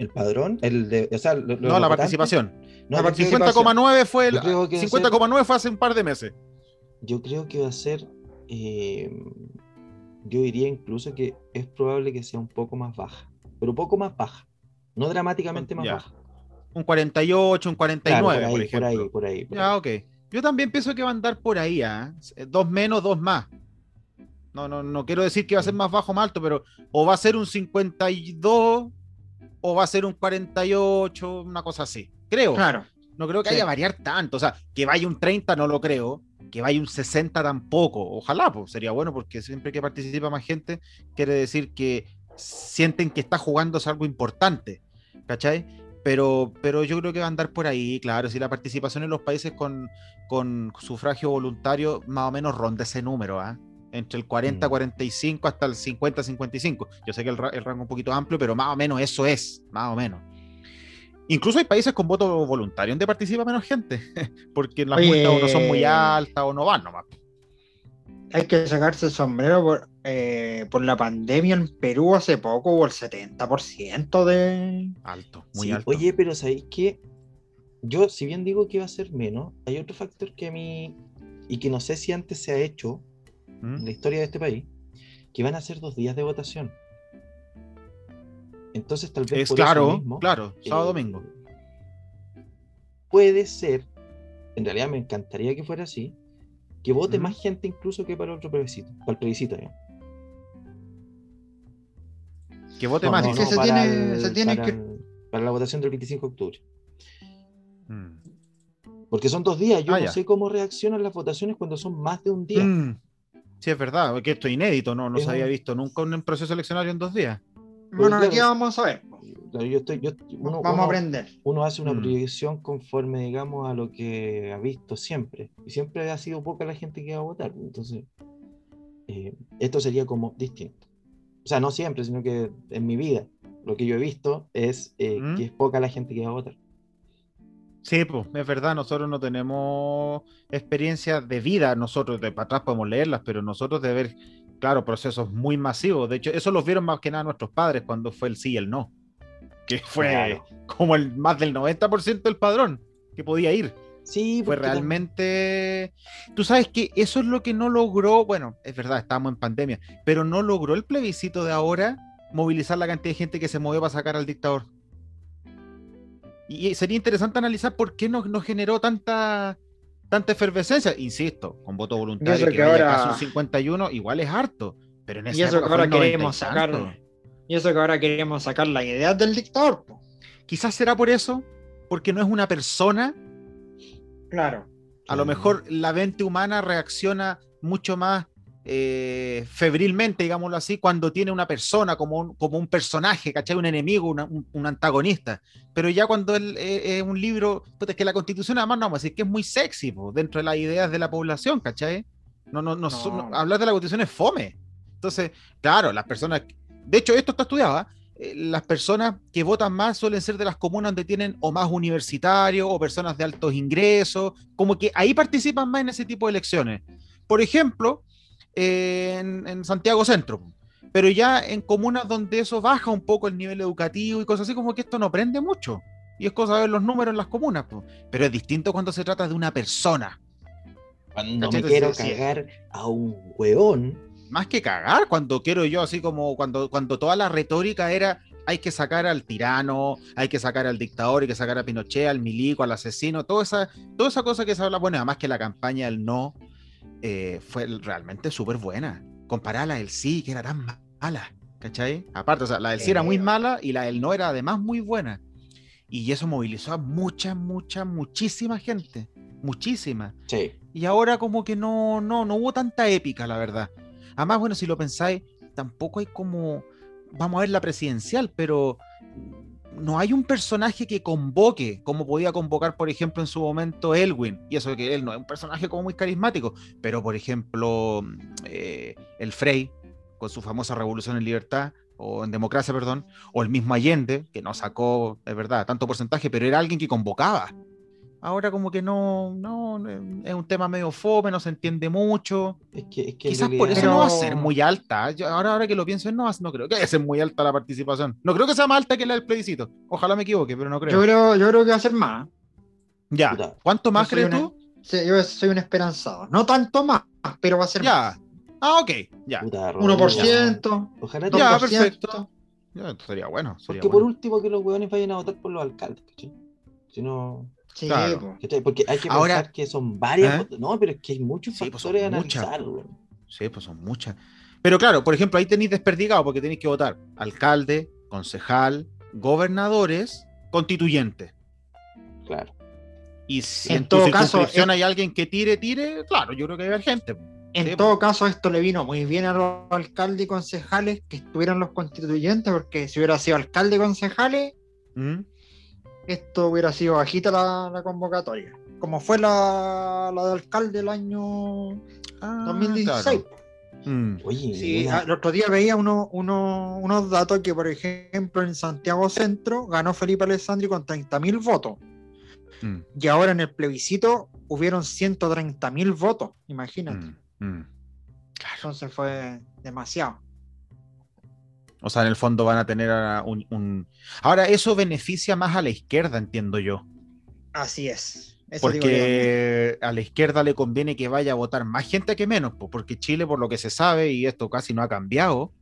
Speaker 1: el padrón, el de... o sea, lo- lo-
Speaker 3: No, la
Speaker 1: lo-
Speaker 3: participación.
Speaker 1: no,
Speaker 2: la
Speaker 1: yo creo que va a ser-
Speaker 3: 50,9 fue el-
Speaker 1: Yo creo que va a ser-
Speaker 3: 50,9 fue hace un par de meses.
Speaker 1: Yo creo que va a ser... eh, yo diría incluso que es probable que sea un poco más baja, pero poco más baja, no dramáticamente más
Speaker 3: Ya.
Speaker 1: baja.
Speaker 3: Un 48, un 49,
Speaker 1: Claro,
Speaker 3: por,
Speaker 1: por, ahí,
Speaker 3: ejemplo.
Speaker 1: por ahí, por ahí.
Speaker 3: Ya, Ah, ok. Yo también pienso que va a andar por ahí, ¿ah? Eh, dos menos, dos más. No, no, no quiero decir que va a ser más bajo o más alto, pero o va a ser un 52 o va a ser un 48, una cosa así. Creo.
Speaker 2: Claro.
Speaker 3: No creo que
Speaker 2: Sí.
Speaker 3: haya variar tanto. O sea, que vaya un 30 no lo creo. Que vaya un 60 tampoco. Ojalá, pues sería bueno porque siempre que participa más gente, quiere decir que sienten que está jugándose algo importante. ¿Cachai? Pero, pero yo creo que va a andar por ahí, claro. Si la participación en los países con, con sufragio voluntario más o menos ronda ese número, ¿ah? Entre el 40,
Speaker 1: Mm.
Speaker 3: 45 hasta el 50, 55. Yo sé que el, ra- el rango es un poquito amplio, pero más o menos eso es, más o menos. Incluso hay países con voto voluntario donde participa menos gente, porque las
Speaker 2: Oye.
Speaker 3: multas o no son muy altas o no van nomás.
Speaker 2: Hay que sacarse el sombrero por, eh, por la pandemia en Perú hace poco hubo el 70% de...
Speaker 3: Alto, muy
Speaker 1: Sí,
Speaker 3: alto.
Speaker 1: Oye, pero ¿sabéis qué? Yo, si bien digo que va a ser menos, hay otro factor que a mí, y que no sé si antes se ha hecho en
Speaker 3: ¿Mm?
Speaker 1: la historia de este país, que van a ser dos días de votación. Entonces, tal vez
Speaker 3: Es
Speaker 1: por eso
Speaker 3: claro,
Speaker 1: mismo,
Speaker 3: claro, sábado,
Speaker 1: eh,
Speaker 3: domingo.
Speaker 1: Puede ser, en realidad me encantaría que fuera así, que vote
Speaker 3: Ujú.
Speaker 1: más gente incluso que para el otro plebiscito, para el plebiscito. ¿eh?
Speaker 3: Que vote
Speaker 2: no,
Speaker 3: más,
Speaker 2: no,
Speaker 3: dice.
Speaker 2: se
Speaker 1: para
Speaker 2: tiene- se tiene
Speaker 1: para
Speaker 2: que-
Speaker 1: el- para la votación del 25 de octubre.
Speaker 3: Mm.
Speaker 1: Porque son dos días. Yo
Speaker 3: Ah,
Speaker 1: no
Speaker 3: ya.
Speaker 1: sé cómo reaccionan las votaciones cuando son más de un día.
Speaker 3: Mm. Sí, es verdad, que esto es inédito, no, no
Speaker 1: Es
Speaker 3: se había
Speaker 1: un-
Speaker 3: visto nunca un proceso eleccionario en dos días.
Speaker 2: Bueno,
Speaker 1: claro.
Speaker 2: aquí vamos a ver. po.
Speaker 1: Yo estoy- yo- uno,
Speaker 2: vamos
Speaker 1: uno-
Speaker 2: a aprender.
Speaker 1: uno hace una
Speaker 3: Mm.
Speaker 1: proyección conforme, digamos, a lo que ha visto siempre. Y siempre ha sido poca la gente que va a votar. Entonces, eh, esto sería como distinto. O sea, no siempre, sino que en mi vida, lo que yo he visto es eh,
Speaker 3: Mm.
Speaker 1: que es poca la gente que va a votar.
Speaker 3: Sí, pues, es verdad, nosotros no tenemos experiencias de vida, nosotros de para atrás podemos leerlas, pero nosotros de ver, claro, procesos muy masivos. De hecho, eso los vieron más que nada nuestros padres cuando fue el sí y el no, que fue
Speaker 1: Claro.
Speaker 3: como el más del 90% del padrón. que podía ir.
Speaker 1: Sí,
Speaker 3: Fue
Speaker 1: porque tam-
Speaker 3: realmente... Tú sabes que eso es lo que no logró, bueno, es verdad, estábamos en pandemia, pero no logró el plebiscito de ahora movilizar la cantidad de gente que se movió para sacar al dictador. Y sería interesante analizar por qué no, no generó tanta, tanta efervescencia, insisto, con voto voluntario
Speaker 2: eso
Speaker 3: que,
Speaker 2: que
Speaker 3: vaya
Speaker 2: ahora-
Speaker 3: casi un 51, igual es harto, pero en esa
Speaker 2: Y eso que
Speaker 3: época fue
Speaker 2: ahora
Speaker 3: un 90 y
Speaker 2: queremos sacar.
Speaker 3: tanto.
Speaker 2: Y eso que ahora queremos sacar la idea del dictador. po.
Speaker 3: Quizás será por eso, porque no es una persona
Speaker 2: Claro.
Speaker 3: A
Speaker 1: Claro.
Speaker 3: lo mejor la mente humana reacciona mucho más eh, febrilmente, digámoslo así, cuando tiene una persona como un, como un personaje, ¿cachai? Un enemigo, una- un, un antagonista. Pero ya cuando el- eh, es un libro, pues es que la constitución además no vamos a decir que es muy sexy po, dentro de las ideas de la población, ¿cachai? No, no, no, so-
Speaker 2: No.
Speaker 3: no- hablar de la constitución es fome. Entonces, claro, las personas, de hecho esto está estudiado, ¿ah? Eh, las personas que votan más suelen ser de las comunas donde tienen o más universitarios o personas de altos ingresos, como que ahí participan más en ese tipo de elecciones. Por ejemplo, eh, en, en Santiago Centro, pero ya en comunas donde eso baja un poco el nivel educativo y cosas así, como que esto no prende mucho. Y es cosa de ver los números en las comunas, po. pero es distinto cuando se trata de una persona.
Speaker 1: cuando me
Speaker 3: Cachete,
Speaker 1: quiero
Speaker 3: sí, sí.
Speaker 1: cagar a un hueón,
Speaker 3: Más que cagar, cuando quiero yo, así como cuando, cuando toda la retórica era hay que sacar al tirano, hay que sacar al dictador, hay que sacar a Pinochet, al milico, al asesino, toda esa, toda esa cosa que se habla, bueno, además que la campaña del no eh, fue realmente súper buena, comparada a la del sí, que era tan ma- mala, ¿cachai? Aparte, o sea, la del sí era muy
Speaker 1: Claro.
Speaker 3: mala y la del no era además muy buena. Y eso movilizó a mucha, mucha, muchísima gente, muchísima
Speaker 1: sí,
Speaker 3: y ahora como que no, no, no hubo tanta épica, la verdad. Además, bueno, si lo pensáis, tampoco hay como, vamos a ver la presidencial, pero no hay un personaje que convoque, como podía convocar, por ejemplo, en su momento Elwin, y eso que él no es un personaje como muy carismático, pero por ejemplo, eh, el Frey, con su famosa Revolución en Libertad, o en Democracia, perdón, o el mismo Allende, que no sacó, es verdad, tanto porcentaje, pero era alguien que convocaba. Ahora como que no, no, no, es un tema medio fome, no se entiende mucho.
Speaker 1: es que, es que en
Speaker 3: Quizás por
Speaker 1: realidad-
Speaker 3: eso no va a
Speaker 2: Pero-
Speaker 3: ser muy alta. Yo ahora, ahora que lo pienso, no, va- no creo que vaya a ser muy alta la participación. No creo que sea más alta que la del plebiscito. Ojalá me equivoque, pero no creo.
Speaker 2: Yo creo, yo creo que va a ser más.
Speaker 3: Ya,
Speaker 1: Puta.
Speaker 3: ¿cuánto más
Speaker 2: Yo soy
Speaker 3: crees
Speaker 2: una-
Speaker 3: tú?
Speaker 2: Sí, yo soy un esperanzado. No tanto más, pero va a ser
Speaker 3: Ya. Ah, ok, ya.
Speaker 1: Puta, Rodrigo,
Speaker 2: 1%,
Speaker 1: Ojalá te-
Speaker 3: Ya,
Speaker 2: 2%.
Speaker 3: perfecto. Ya, esto sería bueno. sería
Speaker 1: Porque por
Speaker 3: bueno.
Speaker 1: último que los hueones vayan a votar por los alcaldes, ¿cachai? Si no,
Speaker 2: Sí,
Speaker 3: Claro.
Speaker 2: po.
Speaker 1: ¿cachai? Porque hay que
Speaker 3: Ahora-
Speaker 1: pensar que son varias.
Speaker 3: ¿Eh?
Speaker 1: vot- No, pero es que hay muchos
Speaker 3: Sí, pues son
Speaker 1: factores a
Speaker 3: muchas.
Speaker 1: analizar, weón.
Speaker 3: Sí, pues son muchas. Pero claro, por ejemplo, ahí tenéis desperdigado porque tenéis que votar alcalde, concejal, gobernadores, constituyente.
Speaker 1: Claro.
Speaker 3: Y si en,
Speaker 2: En
Speaker 3: tu
Speaker 2: todo caso,
Speaker 3: circunscripción hay alguien que tire, tire, claro, yo creo que hay gente.
Speaker 2: En
Speaker 3: Sí,
Speaker 2: todo caso, esto le vino muy bien a los alcaldes y concejales que estuvieran los constituyentes, porque si hubiera sido alcalde y concejales,
Speaker 3: ¿Mm?
Speaker 2: esto hubiera sido bajita la, la convocatoria. Como fue la, la de alcalde el año
Speaker 3: Ah,
Speaker 2: 2016.
Speaker 3: claro. Mm.
Speaker 1: Oye,
Speaker 2: Sí,
Speaker 1: una-
Speaker 2: ah, el otro día veía uno, uno- unos datos que, por ejemplo, en Santiago Centro ganó Felipe Alessandri con 30.000 votos.
Speaker 3: Mm.
Speaker 2: Y ahora en el plebiscito hubieron 130.000 votos, imagínate.
Speaker 3: Mm. Mm.
Speaker 2: Entonces fue demasiado.
Speaker 3: O sea, en el fondo van a tener a un, un- Ahora, eso beneficia más a la izquierda, entiendo yo.
Speaker 2: Así es. Eso digo yo.
Speaker 3: Porque a la izquierda le conviene que vaya a votar más gente que menos, po, porque Chile, por lo que se sabe, y esto casi no ha cambiado,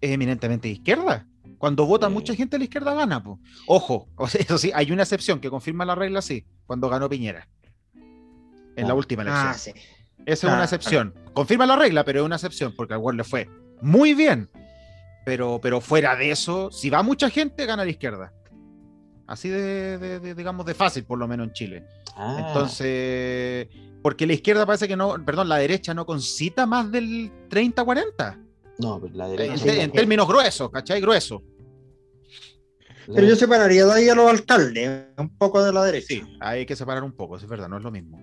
Speaker 3: es eminentemente de izquierda. Cuando vota
Speaker 1: Sí.
Speaker 3: mucha gente, la izquierda gana. po. Ojo, o sea, eso sí, hay una excepción que confirma la regla, sí, cuando ganó Piñera. En la
Speaker 1: Ah.
Speaker 3: última elección.
Speaker 2: Ah, sí.
Speaker 3: Esa es
Speaker 2: Ah,
Speaker 3: una excepción. Confirma la regla, pero es una excepción, porque al World le fue muy bien. Pero, pero fuera de eso, si va mucha gente, gana la izquierda. Así de, de- de- digamos, de fácil, por lo menos en Chile.
Speaker 1: ah,
Speaker 3: Entonces, porque la izquierda parece que no, perdón, la derecha no concita más del 30-40.
Speaker 1: No, pero la
Speaker 3: En,
Speaker 1: derecha.
Speaker 2: sí,
Speaker 3: te- en
Speaker 2: porque-
Speaker 3: términos gruesos, ¿cachai? Grueso.
Speaker 1: la-
Speaker 2: Pero yo separaría de ahí a los alcaldes, un poco de la derecha.
Speaker 3: Sí, hay que separar un poco, eso es verdad, no es lo mismo.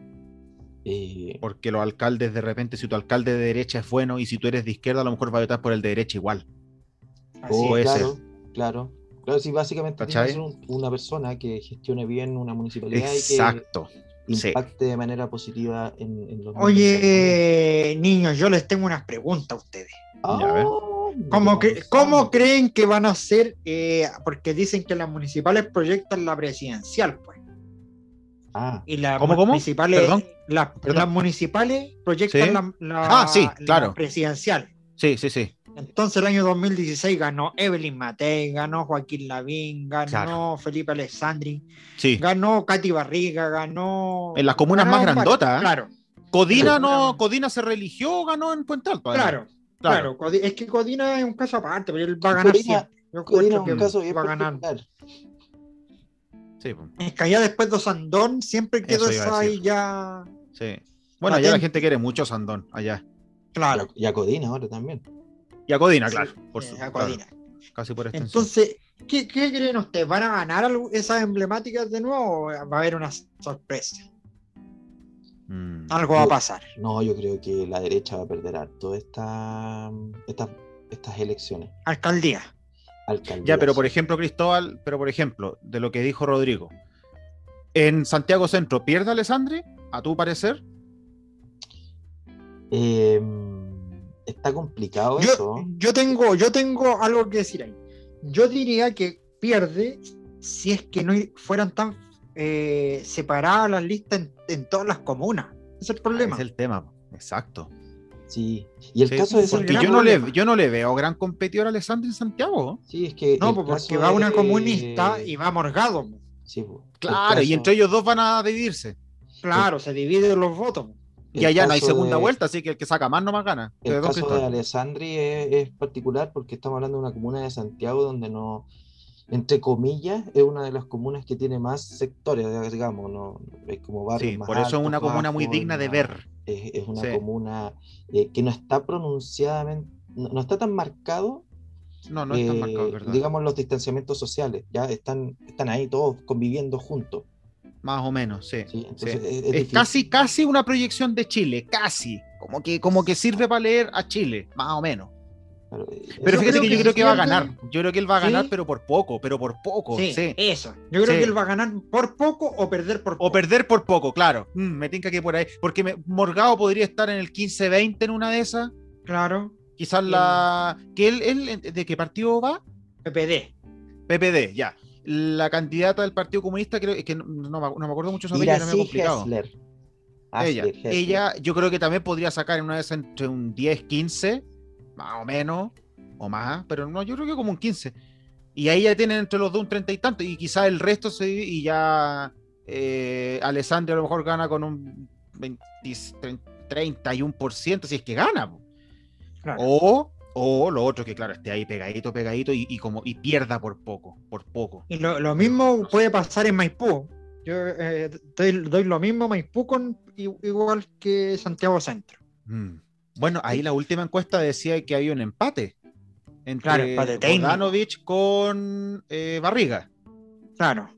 Speaker 1: eh,
Speaker 3: Porque los alcaldes, de repente, si tu alcalde de derecha es bueno y si tú eres de izquierda, a lo mejor va a votar por el de derecha igual.
Speaker 2: Así
Speaker 1: oh,
Speaker 3: puede
Speaker 2: es.
Speaker 1: claro, claro. Claro, sí, básicamente tiene que
Speaker 3: Ah, ¿Cachai?
Speaker 1: ser un- una persona que gestione bien una municipalidad
Speaker 3: Exacto.
Speaker 1: y que
Speaker 3: sí.
Speaker 1: impacte de manera positiva en, en los
Speaker 2: Oye, niños, yo les tengo unas preguntas a ustedes.
Speaker 3: Ya, a ver.
Speaker 1: Oh,
Speaker 2: ¿Cómo, cre- cómo creen que van a hacer? eh, porque dicen que las municipales proyectan la presidencial, pues.
Speaker 1: Ah,
Speaker 2: Y las
Speaker 3: ¿Cómo, cómo?
Speaker 2: municipales,
Speaker 3: Perdón,
Speaker 2: Las,
Speaker 3: perdón.
Speaker 2: las municipales proyectan
Speaker 3: Sí.
Speaker 2: la, la-
Speaker 3: Ah, sí,
Speaker 2: la
Speaker 3: claro.
Speaker 2: presidencial.
Speaker 3: Sí, sí, sí.
Speaker 2: Entonces el año 2016 ganó Evelyn Matei, ganó Joaquín Lavín, ganó
Speaker 3: Claro.
Speaker 2: Felipe Alessandri,
Speaker 3: sí.
Speaker 2: ganó Katy Barriga, ganó...
Speaker 3: En las comunas
Speaker 2: ganaron
Speaker 3: más
Speaker 2: varios.
Speaker 3: grandotas, ¿eh?
Speaker 2: Claro,
Speaker 3: Codina
Speaker 2: Sí.
Speaker 3: no, Codina se religió, ganó en Puente Alto. además.
Speaker 2: claro, claro. Codi- Es que Codina es un caso aparte, pero él va a ganar
Speaker 1: Codina-
Speaker 2: siempre.
Speaker 1: Codina
Speaker 2: Yo
Speaker 1: es
Speaker 2: encuentro
Speaker 1: un
Speaker 2: que
Speaker 1: caso bien
Speaker 2: va a ganar.
Speaker 1: particular.
Speaker 3: Sí, po,
Speaker 2: Es que allá después de Sandón siempre quedó
Speaker 3: Eso iba a
Speaker 2: esa
Speaker 3: decir.
Speaker 2: ahí ya...
Speaker 3: sí. Bueno, allá la
Speaker 2: Patente.
Speaker 3: gente quiere mucho a Sandón, allá.
Speaker 2: Claro.
Speaker 1: Y a Codina ahora también.
Speaker 3: Y a Codina, claro.
Speaker 2: Sí,
Speaker 3: por
Speaker 2: eh,
Speaker 3: su-
Speaker 2: a
Speaker 3: claro,
Speaker 2: Codina.
Speaker 3: casi por extensión.
Speaker 2: Entonces, ¿qué, qué creen ustedes? ¿Van a ganar algo- esas emblemáticas de nuevo o va a haber una sorpresa?
Speaker 3: Mm.
Speaker 2: Algo va a pasar.
Speaker 1: No, yo creo que la derecha va a perder harto esta, estas- estas elecciones.
Speaker 2: Alcaldía.
Speaker 1: Alcaldías.
Speaker 3: Ya, pero por ejemplo, Cristóbal, pero por ejemplo, de lo que dijo Rodrigo, en Santiago Centro, ¿pierde Alessandri? A tu parecer,
Speaker 1: Eh, está complicado eso.
Speaker 2: Yo, yo tengo, yo tengo algo que decir ahí. Yo diría que pierde si es que no fueran tan eh, separadas las listas en, en todas las comunas. Ese Es el problema.
Speaker 3: es el tema. po. Exacto.
Speaker 1: Sí. Y el
Speaker 3: Sí,
Speaker 1: caso de
Speaker 2: sí,
Speaker 1: Santiago.
Speaker 3: Porque
Speaker 2: gran
Speaker 3: yo no, le,
Speaker 2: problema.
Speaker 3: yo no le veo gran competidor a Alessandri en Santiago.
Speaker 1: Sí, es que.
Speaker 2: No,
Speaker 1: el
Speaker 2: pues, porque
Speaker 1: caso
Speaker 2: va una
Speaker 1: es-
Speaker 2: comunista y va Morgado.
Speaker 1: Sí, pues, el
Speaker 3: Claro, y
Speaker 1: caso-
Speaker 3: entre ellos dos van a dividirse.
Speaker 2: Claro, se dividen los votos.
Speaker 1: el
Speaker 3: Y allá no hay
Speaker 1: caso
Speaker 3: segunda
Speaker 1: de-
Speaker 3: vuelta, así que el que saca más no más gana.
Speaker 1: El
Speaker 3: De Don
Speaker 1: caso de
Speaker 3: Cristóbal.
Speaker 1: Alessandri es, es particular porque estamos hablando de una comuna de Santiago donde no, entre comillas, es una de las comunas que tiene más sectores, digamos, no es como barrios
Speaker 3: Sí,
Speaker 1: más
Speaker 3: por eso es
Speaker 1: altos,
Speaker 3: una comuna muy
Speaker 1: bajos,
Speaker 3: digna de
Speaker 1: más-
Speaker 3: ver.
Speaker 1: Es, es una
Speaker 3: Sí.
Speaker 1: comuna eh, que no está pronunciadamente, no, no está tan marcado,
Speaker 3: No, no es tan
Speaker 1: eh,
Speaker 3: marcado, es ¿verdad?
Speaker 1: digamos, los distanciamientos sociales, ya están, están ahí todos conviviendo juntos.
Speaker 3: Más o menos, sí.
Speaker 1: ¿sí?
Speaker 3: sí.
Speaker 1: Entonces, es, es
Speaker 3: Es
Speaker 1: difícil.
Speaker 3: casi, casi una proyección de Chile, casi. Como que, como que sirve para leer a Chile, más o menos.
Speaker 1: Claro, eh,
Speaker 3: Pero
Speaker 2: Yo
Speaker 3: fíjate
Speaker 2: creo
Speaker 3: que yo
Speaker 2: que
Speaker 3: creo
Speaker 2: si
Speaker 3: que va a
Speaker 2: pierde-
Speaker 3: ganar. Yo creo que él va a ganar,
Speaker 2: Sí.
Speaker 3: pero por poco, pero por poco, sí.
Speaker 2: Sí, eso. Yo creo
Speaker 3: Sí.
Speaker 2: que él va a ganar por poco o perder por poco.
Speaker 3: O perder por poco, claro. Mm, me tinca que por ahí. Porque me- Morgado podría estar en el 15-20 en una de esas.
Speaker 2: Claro,
Speaker 3: Quizás la. que él, él- ¿De qué partido va?
Speaker 2: PPD.
Speaker 3: PPD, ya. La candidata del Partido Comunista, creo es que no, no me- no me acuerdo mucho sobre ella, no me he
Speaker 1: Iracy
Speaker 3: complicado.
Speaker 1: Hessler.
Speaker 3: Ella,
Speaker 1: Hessler, Hessler.
Speaker 3: ella, yo creo que también podría sacar en una de esas entre un 10, 15, más o menos, o más, pero no, yo creo que como un 15. Y ahí ya tienen entre los dos un treinta y tanto, y quizá el resto se divide y ya eh, Alessandro a lo mejor gana con un 20, 31%, si es que gana. po.
Speaker 2: Claro.
Speaker 3: O, o lo otro que, claro, esté ahí pegadito, pegadito y, y como, y pierda por poco, por poco.
Speaker 2: Y lo, lo mismo puede pasar en Maipú. Yo eh, doy, doy lo mismo a Maipú con, i- igual que Santiago Centro.
Speaker 3: Mm. Bueno, ahí la última encuesta decía que había un empate entre
Speaker 2: Claro, empate técnico.
Speaker 3: Bogdanovich con eh, Barriga.
Speaker 2: Claro.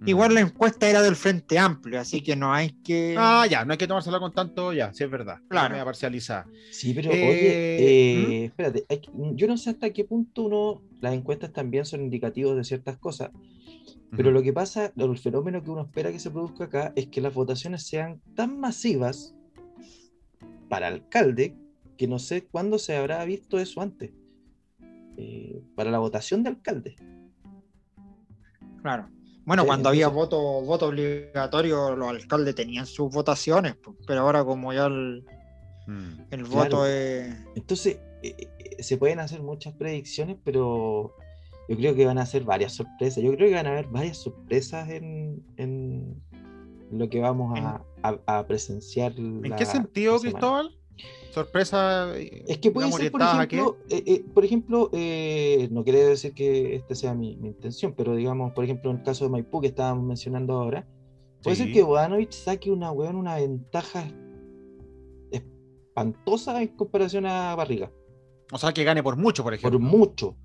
Speaker 3: Mm.
Speaker 2: Igual la encuesta era del Frente Amplio, así que no hay que.
Speaker 3: Ah, ya, no hay que tomársela con tanto, ya, sí es verdad.
Speaker 2: Claro.
Speaker 3: Media parcializada.
Speaker 1: Sí, pero
Speaker 3: Eh,
Speaker 1: oye, eh,
Speaker 3: ¿Mm?
Speaker 1: espérate, hay que- yo no sé hasta qué punto uno, las encuestas también son indicativos de ciertas cosas, pero
Speaker 3: Ujú.
Speaker 1: lo que pasa, lo- el fenómeno que uno espera que se produzca acá es que las votaciones sean tan masivas para alcalde que no sé cuándo se habrá visto eso antes, eh, para la votación de alcalde.
Speaker 2: Claro. Bueno,
Speaker 1: Sí,
Speaker 2: cuando había
Speaker 1: entonces-
Speaker 2: voto, voto obligatorio, los alcaldes tenían sus votaciones, pues, pero ahora como ya el,
Speaker 3: Mm.
Speaker 2: el
Speaker 1: Claro.
Speaker 2: voto es.
Speaker 1: Entonces, eh, eh, se pueden hacer muchas predicciones, pero yo creo que van a hacer varias sorpresas. Yo creo que van a haber varias sorpresas en, en lo que vamos a, a- a presenciar.
Speaker 3: ¿En qué sentido, Cristóbal? Sorpresa. eh,
Speaker 1: Es que puede ser, por ejemplo, eh, eh, por ejemplo eh, no quiere decir que esta sea mi, mi intención, pero digamos, por ejemplo, en el caso de Maipú que estábamos mencionando ahora, puede ser que Bogdanovich saque una, weón, una ventaja espantosa en comparación a Barriga
Speaker 3: O sea, que gane por mucho, por
Speaker 1: por
Speaker 3: ejemplo.
Speaker 1: mucho.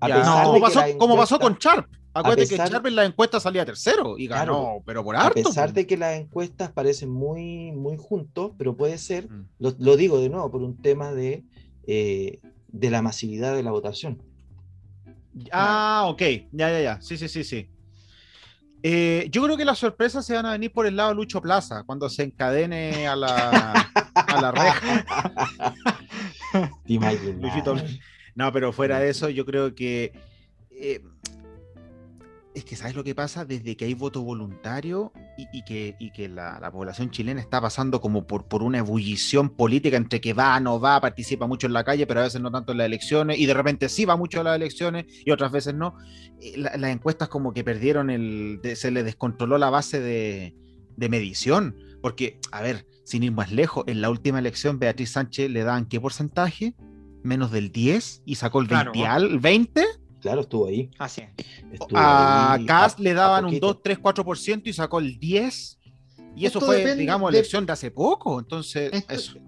Speaker 1: A
Speaker 3: Ya,
Speaker 1: pesar
Speaker 3: como,
Speaker 1: de que
Speaker 3: pasó,
Speaker 1: la
Speaker 3: como pasó con
Speaker 1: encuesta-
Speaker 3: Sharp. Acuérdate
Speaker 1: pesar-
Speaker 3: que Sharp en la encuesta salía tercero y ganó,
Speaker 1: Claro,
Speaker 3: pero por
Speaker 1: A
Speaker 3: harto. pues.
Speaker 1: pesar
Speaker 3: po.
Speaker 1: de que las encuestas parecen muy, muy juntos, pero puede ser,
Speaker 3: Mm.
Speaker 1: lo, lo digo de nuevo, por un tema de, eh, de la masividad de la votación.
Speaker 3: Ah, ok. Ya, ya, ya. Sí, sí, sí, sí. Eh, yo creo que las sorpresas se van a venir por el lado de Lucho Plaza, cuando se encadene a la, a la reja.
Speaker 1: ¿Te imaginas?
Speaker 3: Luisito, No, pero fuera de eso, yo creo que eh, es que sabes lo que pasa desde que hay voto voluntario y, y que, y que la, la, población chilena está pasando como por, por una ebullición política entre que va, no va, participa mucho en la calle, pero a veces no tanto en las elecciones y de repente sí va mucho a las elecciones y otras veces no. eh, La, las encuestas como que perdieron el, se le descontroló la base de, de medición, porque, a ver, sin ir más lejos, en la última elección Beatriz Sánchez le dan qué porcentaje? Menos del 10 y sacó el 20 claro. al 20.
Speaker 1: Claro, estuvo ahí.
Speaker 3: Así estuvo a Cas le daban un 2, 3, 4% y sacó el 10. Y esto eso fue, depende, digamos, elección de... de hace poco. Entonces,
Speaker 2: esto,
Speaker 3: eso.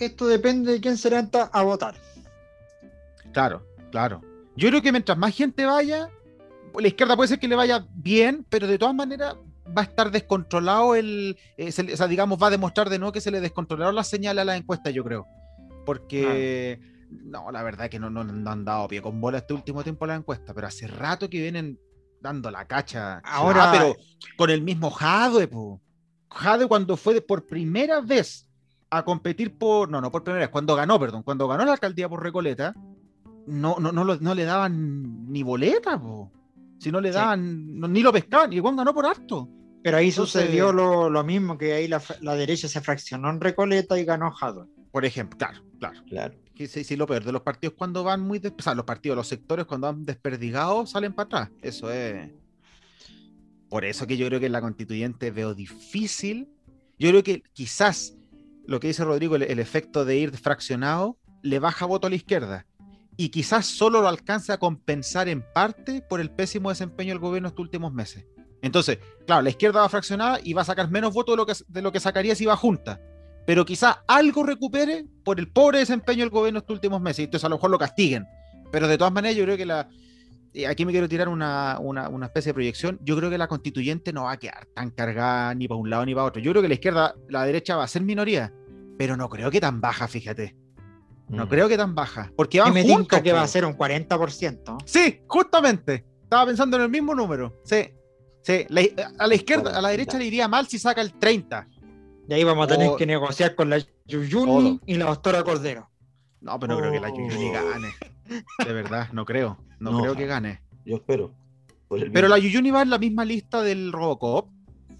Speaker 2: esto depende de quién se levanta a votar.
Speaker 3: Claro, claro. Yo creo que mientras más gente vaya, la izquierda puede ser que le vaya bien, pero de todas maneras va a estar descontrolado el. Eh, se, o sea, digamos, va a demostrar de nuevo que se le descontrolaron las señales a la encuesta, yo creo. Porque. Ah. No, la verdad es que no, no, no, han dado pie con bola este último tiempo la encuesta, pero hace rato que vienen dando la cacha.
Speaker 2: Ahora,
Speaker 3: ah, pero con el mismo Jadwe, po. Jadwe cuando fue de, por primera vez a competir por, no, no por primera vez, cuando ganó, perdón, cuando ganó la alcaldía por Recoleta, no, no, no, lo, no le daban ni boleta, po. Si no le daban, sí. no, ni lo pescaban, y Juan ganó por harto.
Speaker 2: Pero ahí Entonces, sucedió lo, lo, mismo, que ahí la, la, derecha se fraccionó en Recoleta y ganó Jadwe.
Speaker 3: Por ejemplo, claro, claro.
Speaker 1: Claro
Speaker 3: que sí, sí, lo peor de los partidos cuando van muy o sea, los partidos, los sectores cuando van desperdigados salen para atrás. Eso es. Por eso que yo creo que en la constituyente veo difícil. Yo creo que quizás lo que dice Rodrigo, el, el efecto de ir fraccionado, le baja voto a la izquierda. Y quizás solo lo alcanza a compensar en parte por el pésimo desempeño del gobierno estos últimos meses. Entonces, claro, la izquierda va fraccionada y va a sacar menos votos de lo que, de lo que sacaría si va junta pero quizás algo recupere por el pobre desempeño del gobierno estos últimos meses. Entonces a lo mejor lo castiguen. Pero de todas maneras, yo creo que la. eh, Aquí me quiero tirar una, una, una especie de proyección. Yo creo que la constituyente no va a quedar tan cargada ni para un lado ni para otro. Yo creo que la izquierda, la derecha va a ser minoría, pero no creo que tan baja, fíjate. No mm. creo que tan baja. Porque van
Speaker 2: y me
Speaker 3: juntos,
Speaker 2: que va a ser un 40%.
Speaker 3: Sí, justamente. Estaba pensando en el mismo número. Sí. Sí. La, a la izquierda, a la derecha le iría mal si saca el 30.
Speaker 2: Y ahí vamos a tener oh, que negociar con la Yuyuni y la doctora Cordero.
Speaker 3: No, pero no oh. creo que la Yuyuni gane. De verdad, no creo. No, no creo que gane.
Speaker 1: Yo espero.
Speaker 3: Pero mismo. la Yuyuni va en la misma lista del Robocop.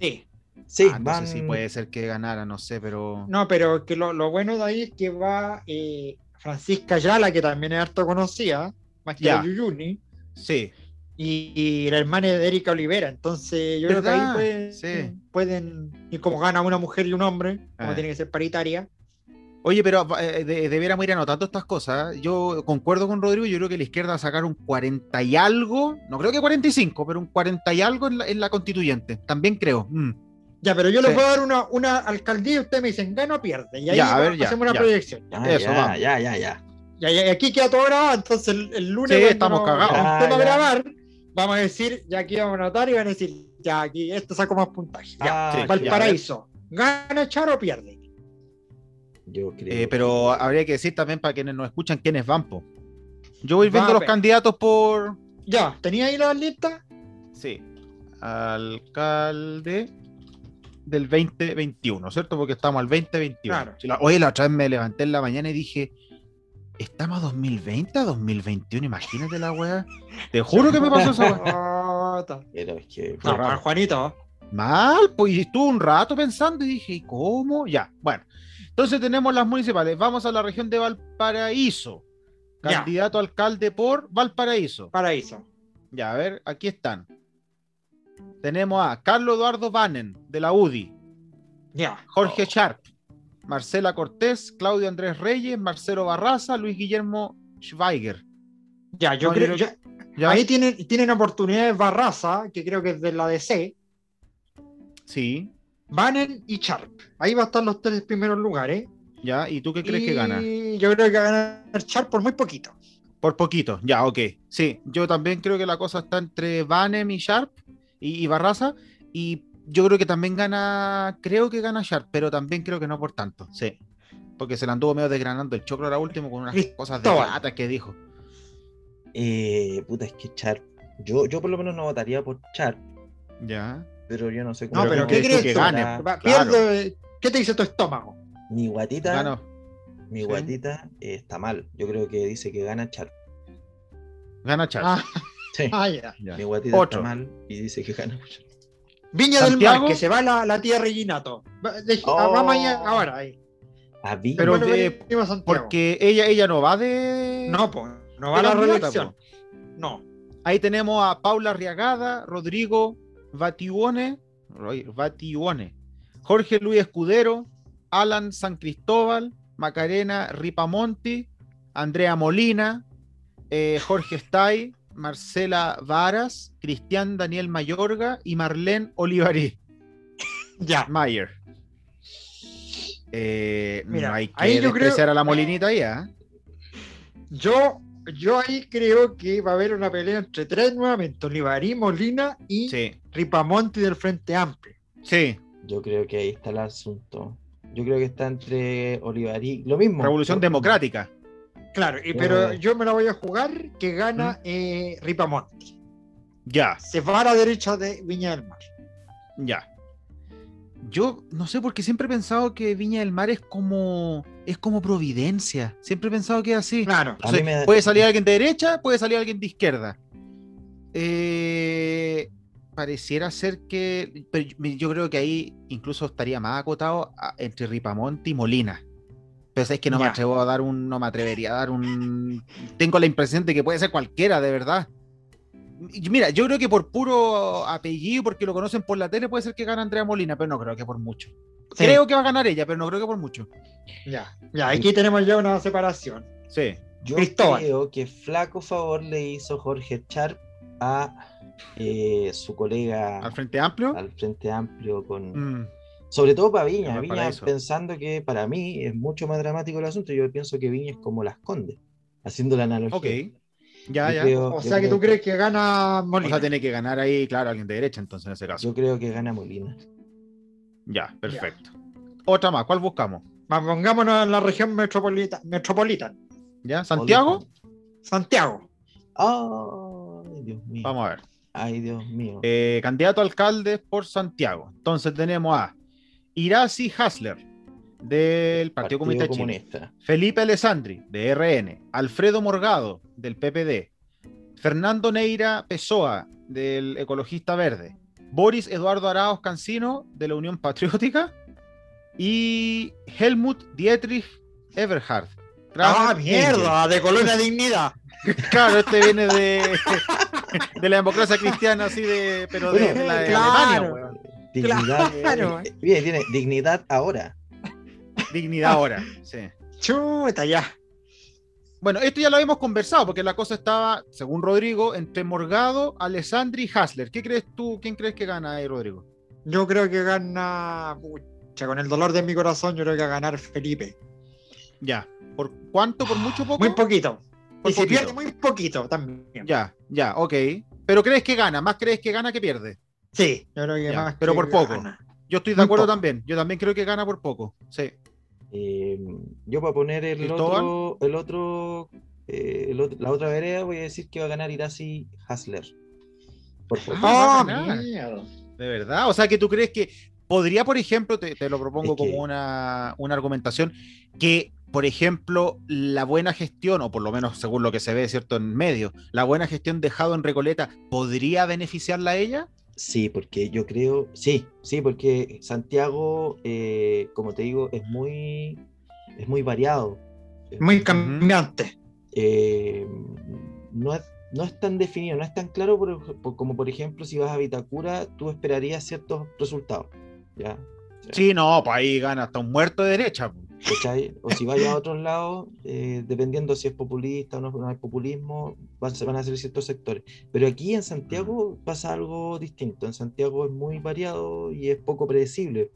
Speaker 2: Sí.
Speaker 3: Sí, ah, no van... sé si puede ser que ganara, no sé, pero.
Speaker 2: No, pero que lo, lo bueno de ahí es que va eh, Francisca Yala, que también es harto conocida, más que yeah. la Yuyuni.
Speaker 3: Sí.
Speaker 2: Y, y, la hermana de Erika Olivera. Entonces, yo ¿verdad? creo que ahí pueden, sí. pueden, Y como gana una mujer y un hombre, como eh. tiene que ser paritaria.
Speaker 3: Oye, pero eh, de, debiéramos ir anotando estas cosas. ¿eh? Yo concuerdo con Rodrigo, yo creo que la izquierda va a sacar un 40 y algo, no creo que 45, pero un 40 y algo en la, en la constituyente. También creo. Mm.
Speaker 2: Ya, pero yo sí. les voy a dar una, una alcaldía y ustedes me dicen, gana o pierde. Y ahí
Speaker 3: ya, a ver, ya,
Speaker 2: hacemos una
Speaker 3: ya.
Speaker 2: proyección.
Speaker 1: Ah, Eso, ya, ya, ya, ya,
Speaker 2: ya. aquí queda todo grabado, entonces el, el lunes
Speaker 3: sí, estamos no, cagados.
Speaker 2: No grabar, vamos a decir, ya aquí vamos a notar y van a decir, ya aquí, esto saco más puntaje. Ya, ah, Valparaíso, ya gana Charo o pierde.
Speaker 1: Yo creo.
Speaker 3: Eh, pero habría que decir también para quienes nos escuchan quiénes van, po. Yo voy viendo Va, los pero... candidatos por.
Speaker 2: Ya, ¿tenía ahí la lista?
Speaker 3: Sí. Alcalde del 2021, ¿cierto? Porque estamos al 2021. Claro. Oye, la otra vez me levanté en la mañana y dije, Estamos a 2020 a 2021, imagínate la weá. Te juro que me pasó esa
Speaker 1: weá. Pero es que.
Speaker 2: No, mal, Juanito.
Speaker 3: Mal, pues y estuve un rato pensando y dije, ¿y cómo? Ya, bueno. Entonces tenemos las municipales. Vamos a la región de Valparaíso. Candidato ya. alcalde por Valparaíso.
Speaker 2: Paraíso.
Speaker 3: Ya, a ver, aquí están. Tenemos a Carlos Eduardo Banen, de la UDI.
Speaker 2: Ya.
Speaker 3: Jorge oh. Sharp, Marcela Cortés, Claudio Andrés Reyes, Marcelo Barraza, Luis Guillermo Schweiger.
Speaker 2: Ya, yo no, creo. Yo, ya. Ahí tienen, tienen oportunidades Barraza, que creo que es de la DC.
Speaker 3: Sí.
Speaker 2: Bannon y Sharp. Ahí va a estar los tres primeros lugares.
Speaker 3: Ya, ¿y tú qué crees y que gana?
Speaker 2: Yo creo que va a ganar Sharp por muy poquito.
Speaker 3: Por poquito, ya, ok. Sí, yo también creo que la cosa está entre Bannon y Sharp y, y Barraza. Y yo creo que también gana, creo que gana Sharp, pero también creo que no por tanto, sí. Porque se le anduvo medio desgranando el choclo ahora último con unas cosas de ratas que dijo.
Speaker 1: Eh, puta, es que Sharp, yo, yo por lo menos no votaría por Sharp.
Speaker 3: Ya.
Speaker 1: Pero yo no sé
Speaker 2: cómo. No, pero ¿qué crees que tú? gane? Claro. Pierdo, ¿Qué te dice tu estómago?
Speaker 1: Mi guatita, Gano. mi sí. guatita eh, está mal. Yo creo que dice que gana Sharp.
Speaker 3: Gana Sharp. Ah.
Speaker 1: Sí.
Speaker 2: Ah, ya.
Speaker 3: Ya.
Speaker 1: Mi guatita
Speaker 3: Otro.
Speaker 1: está mal y dice que gana mucho.
Speaker 2: Viña del
Speaker 3: Santiago.
Speaker 2: Mar, que se va la, la tía Reginato. Va- de-
Speaker 1: Oh.
Speaker 2: Vamos ahí ahora. ahí.
Speaker 1: A Viña.
Speaker 3: Pero
Speaker 2: Bueno,
Speaker 3: de-
Speaker 2: venimos a Santiago.
Speaker 3: Porque ella, ella no va de.
Speaker 2: No, pues, no va
Speaker 3: de
Speaker 2: a la
Speaker 3: candidata,
Speaker 2: reelección.
Speaker 3: po.
Speaker 2: No.
Speaker 3: Ahí tenemos a Paula Arriagada, Rodrigo Batione, Roy- Batione, Jorge Luis Escudero, Alan San Cristóbal, Macarena Ripamonti, Andrea Molina, eh, Jorge Stay, Marcela Varas, Cristian Daniel Mayorga y Marlene Olivarí
Speaker 2: Ya.
Speaker 3: Mayer. Eh,
Speaker 2: Mira,
Speaker 3: no hay que
Speaker 2: ahí yo creo-
Speaker 3: despreciar a la molinita ya. ¿eh?
Speaker 2: Yo, yo ahí creo que va a haber una pelea entre tres nuevamente: Olivarí, Molina y
Speaker 3: Sí,
Speaker 2: Ripamonti del Frente Amplio.
Speaker 3: sí.
Speaker 1: Yo creo que ahí está el asunto. Yo creo que está entre Olivarí. Lo mismo.
Speaker 3: Revolución Democrática.
Speaker 2: Claro, y,
Speaker 3: Oh.
Speaker 1: Ya.
Speaker 2: pero yo me la voy a jugar que gana
Speaker 3: ¿Mm?
Speaker 2: eh, Ripamonti.
Speaker 3: Ya.
Speaker 2: Se va a la derecha de Viña del Mar.
Speaker 3: Ya. Yo no sé porque siempre he pensado que Viña del Mar es como es como Providencia. Siempre he pensado que es así.
Speaker 2: Claro.
Speaker 1: A mí
Speaker 3: Entonces,
Speaker 1: me-
Speaker 3: Puede salir alguien de derecha, puede salir alguien de izquierda. Eh, pareciera ser que, pero yo- yo creo que ahí incluso estaría más acotado a- entre Ripamonte y Molina. Pero es que no me
Speaker 2: Ya.
Speaker 3: atrevo a dar un, no me atrevería a dar un. Tengo la impresión de que puede ser cualquiera, de verdad. Y Mira, yo creo que por puro apellido, porque lo conocen por la tele, puede ser que gane Andrea Molina, pero no creo que por mucho.
Speaker 2: Sí.
Speaker 3: Creo que va a ganar ella, pero no creo que por mucho.
Speaker 2: Ya, ya, aquí tenemos ya una separación.
Speaker 3: Sí.
Speaker 1: Yo
Speaker 2: Cristóbal.
Speaker 1: creo que flaco favor le hizo Jorge Charp a eh, su colega
Speaker 3: Al Frente Amplio.
Speaker 1: al Frente Amplio con.
Speaker 3: mm,
Speaker 1: Sobre todo para
Speaker 3: En
Speaker 1: Viña. Viña
Speaker 3: Valparaíso.
Speaker 1: pensando que para mí es mucho más dramático el asunto. Yo pienso que Viña es como las condes, haciendo la analogía.
Speaker 3: ok. Ya,
Speaker 1: Yo
Speaker 3: ya.
Speaker 1: creo- yo
Speaker 2: O sea que
Speaker 1: creo
Speaker 2: tú crees que gana
Speaker 3: Vamos a
Speaker 2: Molina.
Speaker 3: tener que ganar ahí, claro, alguien de derecha, entonces en ese caso.
Speaker 1: Yo creo que gana Molina.
Speaker 3: Ya, perfecto. Otra más, ¿cuál buscamos?
Speaker 2: Más Pongámonos en la región metropolita, metropolitana.
Speaker 3: ¿Ya? ¿Santiago?
Speaker 1: Molina.
Speaker 2: Santiago.
Speaker 1: Ay, Dios mío.
Speaker 3: Vamos a ver.
Speaker 1: Ay, Dios mío.
Speaker 3: Eh, candidato a alcalde por Santiago. Entonces tenemos a Irazi Hasler, del Partido, Comunista, Chino. Felipe Alessandri, de RN. Alfredo Morgado, del PPD. Fernando Neira Pessoa, del Ecologista Verde. Boris Eduardo Araos Cancino, de la Unión Patriótica. Y Helmut Dietrich Everhard.
Speaker 2: ¡Ah,
Speaker 3: Trajan Engel.
Speaker 2: mierda! De Colonia Dignidad.
Speaker 3: Claro, este viene de, de la democracia cristiana, así de. Pero de, de la de
Speaker 2: Claro.
Speaker 3: Alemania, weón.
Speaker 1: Dignidad.
Speaker 2: Claro.
Speaker 1: eh, bien, tiene dignidad ahora.
Speaker 3: Dignidad ahora. Sí.
Speaker 2: Chuta, ya.
Speaker 3: Bueno, esto ya lo habíamos conversado, porque la cosa estaba, según Rodrigo, entre Morgado, Alessandri y Hasler. ¿Qué crees tú? ¿Quién crees que gana ahí, Rodrigo?
Speaker 2: Yo creo que gana. Pucha, con el dolor de mi corazón, yo creo que va a ganar Felipe.
Speaker 3: Ya. ¿Por cuánto? ¿Por mucho poco?
Speaker 2: Muy poquito.
Speaker 3: Muy
Speaker 2: y se
Speaker 3: poquito.
Speaker 2: pierde muy poquito también.
Speaker 3: Ya, ya, ok. Pero crees que gana, más crees que gana que pierde.
Speaker 2: Sí, yo creo que
Speaker 3: Ya,
Speaker 2: más.
Speaker 3: pero
Speaker 2: que
Speaker 3: por poco.
Speaker 2: gana.
Speaker 3: Yo estoy de
Speaker 2: Muy
Speaker 3: acuerdo
Speaker 2: poco.
Speaker 3: también. Yo también creo que gana por poco. Sí.
Speaker 1: Eh, yo para poner el
Speaker 3: Cristóbal.
Speaker 1: otro, el otro, eh, el otro- la otra vereda, voy a decir que va a ganar Irasi Hasler. Por favor.
Speaker 3: Ah, va a
Speaker 2: ¡Ah,
Speaker 3: ganar.
Speaker 2: mierda!
Speaker 3: De verdad. O sea, que tú crees que podría, por ejemplo, te, te lo propongo
Speaker 1: Es que-
Speaker 3: como una, una argumentación, que, por ejemplo, la buena gestión, o por lo menos según lo que se ve, ¿cierto?, en medio, la buena gestión dejado en Recoleta, ¿podría beneficiarla a ella?
Speaker 1: Sí, porque yo creo, sí, sí, porque Santiago, eh, como te digo, es muy, es muy variado.
Speaker 2: Muy cambiante.
Speaker 1: eh, no, es, no es tan definido, no es tan claro por- por- como por ejemplo si vas a Vitacura, tú esperarías ciertos resultados, ¿ya?
Speaker 3: Sí, no, pues ahí gana hasta un muerto de derecha. pues. po.
Speaker 1: ¿cachai? O si vas a otros lados, eh, dependiendo si es populista o no, no hay populismo, va- se van a hacer ciertos sectores. Pero aquí en
Speaker 3: Mm.
Speaker 1: Santiago pasa algo distinto, en Santiago es muy variado y es poco predecible.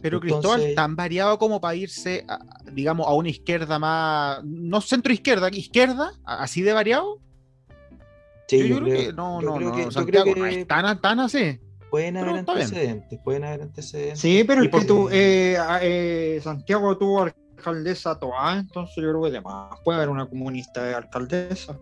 Speaker 3: Pero
Speaker 1: Entonces-
Speaker 3: Cristóbal, tan variado como para irse, a- digamos, a una izquierda más, no centro izquierda, izquierda, a- así de variado.
Speaker 1: Sí,
Speaker 3: yo, yo creo, que no,
Speaker 1: yo
Speaker 3: no,
Speaker 1: creo
Speaker 3: no,
Speaker 1: que- yo creo
Speaker 3: Santiago,
Speaker 1: que
Speaker 3: no es tan, tan así.
Speaker 1: pueden
Speaker 3: pero
Speaker 1: haber
Speaker 3: está bien.
Speaker 1: antecedentes, pueden haber antecedentes.
Speaker 2: Sí, pero
Speaker 1: Y
Speaker 2: es que
Speaker 1: por-
Speaker 2: tú, eh, a- eh, Santiago tuvo alcaldesa Toá, entonces yo creo que además puede haber una comunista de alcaldesa.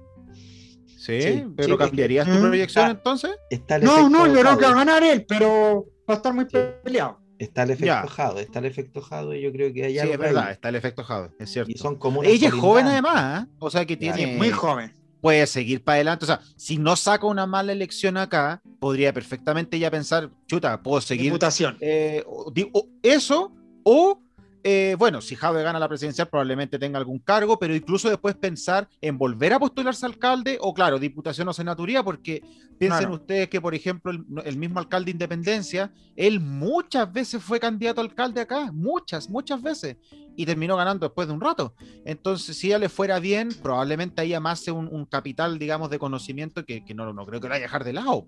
Speaker 3: Sí,
Speaker 1: Sí,
Speaker 3: pero
Speaker 1: sí,
Speaker 3: ¿cambiarías tu
Speaker 2: Mm.
Speaker 3: proyección
Speaker 1: Ah.
Speaker 3: entonces?
Speaker 1: Está el
Speaker 2: No,
Speaker 1: efecto
Speaker 2: no, yo creo que va
Speaker 1: Jado.
Speaker 2: a ganar él, pero va a estar muy
Speaker 1: Sí.
Speaker 2: peleado.
Speaker 1: Está el
Speaker 3: Ya.
Speaker 1: efecto Jado, está el efecto Jado y yo creo que hay
Speaker 3: sí,
Speaker 1: algo
Speaker 3: es verdad,
Speaker 1: ahí.
Speaker 3: está el efecto Jade, es cierto.
Speaker 1: Y son comunas
Speaker 3: Ella es joven
Speaker 1: colindantes.
Speaker 3: además, ¿eh? o sea que
Speaker 1: Ya,
Speaker 3: tiene
Speaker 2: Muy joven.
Speaker 3: puede seguir para adelante. O sea, si no saco una mala elección acá, podría perfectamente ya pensar, chuta, puedo seguir.
Speaker 2: Mutación.
Speaker 3: eh, o- di- o eso, o eh, bueno, si Jave gana la presidencial, probablemente tenga algún cargo, pero incluso después pensar en volver a postularse a alcalde o, claro, diputación o senaturía, porque piensen
Speaker 2: Claro.
Speaker 3: ustedes que, por ejemplo, el, el mismo alcalde de Independencia, él muchas veces fue candidato a alcalde acá, muchas, muchas veces, y terminó ganando después de un rato. Entonces, si ya le fuera bien, probablemente ahí amase un, un capital, digamos, de conocimiento que, que no, no creo que lo vaya a dejar de lado.